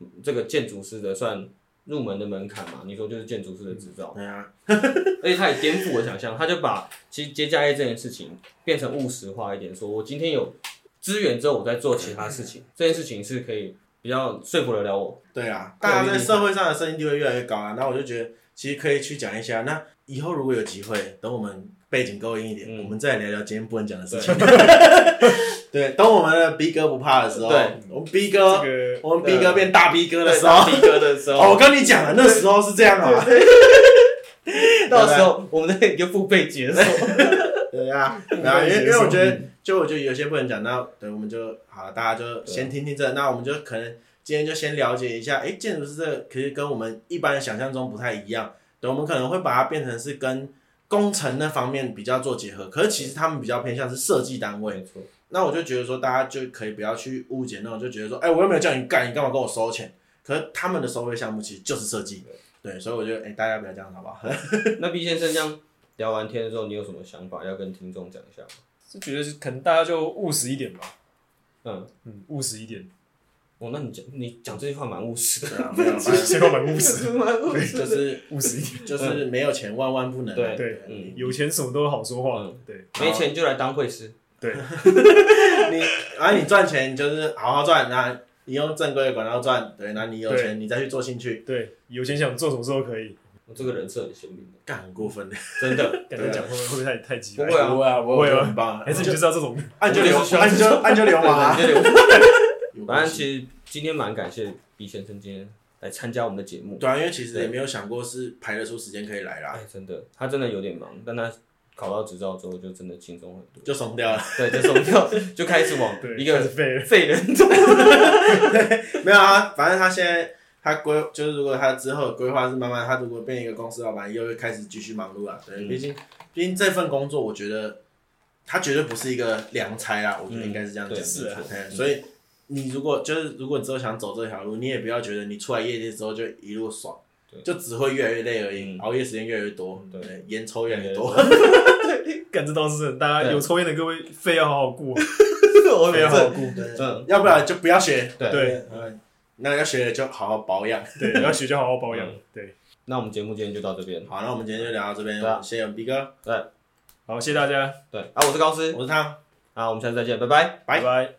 S1: 嗯这个建筑师的算入门的门槛嘛。你说就是建筑师的执照，
S2: 对啊，
S1: 而且他也颠覆我想象，他就把其实接家业这件事情变成务实化一点，说我今天有资源之后，我再做其他事情，这件事情是可以比较说服得了 我。
S2: 对啊，大家在社会上的声音地位越来越高啊。那我就觉得，其实可以去讲一下。那以后如果有机会，等我们背景够硬一点，
S1: 嗯
S2: 我们再聊聊今天不能讲的事情。 对，等我们的逼哥不怕的时候
S1: 对，
S2: 我们逼哥
S1: 啊
S3: 这个
S2: 我们逼哥变大逼哥的时候，
S1: 逼哥的时
S2: 哦，我
S1: 候，
S2: 跟你讲了，那时候是这样啊，
S1: 到时候我们再一个父辈解说。
S2: 对呀，
S3: 对
S2: 然后因为因为我觉得
S3: 嗯，
S2: 就我觉得有些不能讲，那对，我们就好了，大家就先听听这，那我们就可能今天就先了解一下，哎，建筑师这个其实跟我们一般想象中不太一样，对，我们可能会把它变成是跟工程那方面比较做结合，可是其实他们比较偏向是设计单位，
S1: 没错，
S2: 那我就觉得说，大家就可以不要去误解那种，就觉得说，哎、我又没有叫你干，你干嘛跟我收钱？可是他们的收费项目其实就是设计，对，所以我觉得，哎、大家不要这样，好不好？
S1: 那毕先生这样聊完天之后，你有什么想法要跟听众讲一下吗？
S3: 就觉得是可能大家就务实一点吧，
S1: 嗯，
S3: 嗯，务实 一点，
S1: 哦，那你讲你讲这句话蛮务实
S2: 对
S1: 的，
S2: 啊，没有，反
S3: 谁要蛮务 实，
S1: 是蛮务
S2: 正就是
S3: 务实一点，
S2: 就是没有钱万万不能啊。
S1: 对
S3: 对
S1: 嗯
S3: 有钱什么都好说话
S1: 嗯，
S3: 对，
S1: 没钱就来当会师，
S2: 你啊，你赚钱就是好好赚，那你用正规的管道赚，对，那你有
S3: 对
S2: 钱你再去做兴趣，
S3: 对，有钱想做什么事都可以，
S1: 我这个人设很鲜明的，
S2: 干很过分的。
S1: 真 的。
S3: 感觉讲会不会会不会太太激
S1: 不
S3: 烈？
S1: 会啊
S2: 不会啊，不
S3: 会啊
S2: 很棒啊。
S3: 还是你就知道这种
S2: 按就流
S1: 我就是需，要
S2: 按就按就流氓啊。
S1: 对对对
S2: 有
S1: 反
S2: 关
S1: 正
S2: 系
S1: 其实今天蛮感谢毕先生今天来参加我们的节目，
S2: 对啊，因为其实也没有想过是排得出时间可以来啦，
S1: 哎，真的，他真的有点忙，但他考到执照之后就真的轻松很多，
S2: 就怂掉了。
S1: 对，就松掉， 就开始往
S3: 对
S1: 一
S3: 开始
S1: 个
S3: 废了，
S1: 废人
S2: 没有啊，反正他现在他规就是如果他之后的规划是慢慢，他如果变一个公司老板，又会开始继续忙碌啊。对，
S1: 嗯
S2: 毕竟毕竟这份工作，我觉得他绝对不是一个良差啦，我觉得应该是这样讲
S1: 对，
S2: 的。
S3: 是啊
S2: 哎所以你如果就是如果你之后想走这条路，你也不要觉得你出来业界之后就一路爽
S1: 对，
S2: 就只会越来越累而已，
S1: 嗯
S2: 熬夜时间越来越多，
S1: 对，
S2: 烟抽越来越多，
S3: 感这倒是真的大家
S1: 对
S3: 有抽烟的各位，肺要好好顾啊，
S1: 我
S3: 肺要好好顾，
S1: 嗯
S2: 对，要不然就不要学，
S1: 对
S3: 对
S2: 嗯，那要学的就好好保养。
S3: 对，要学就好好保养
S1: 嗯，
S3: 对，
S1: 那我们节目今天就到这边，
S2: 好，那我们今天就聊到这边，
S1: 对啊
S2: 我谢谢我们 B 哥，
S1: 对
S3: 好，谢谢大家，
S1: 对，啊，我是高斯，
S2: 我是汤。
S1: 啊，我们下次再见，拜拜。
S2: 拜
S3: 拜拜。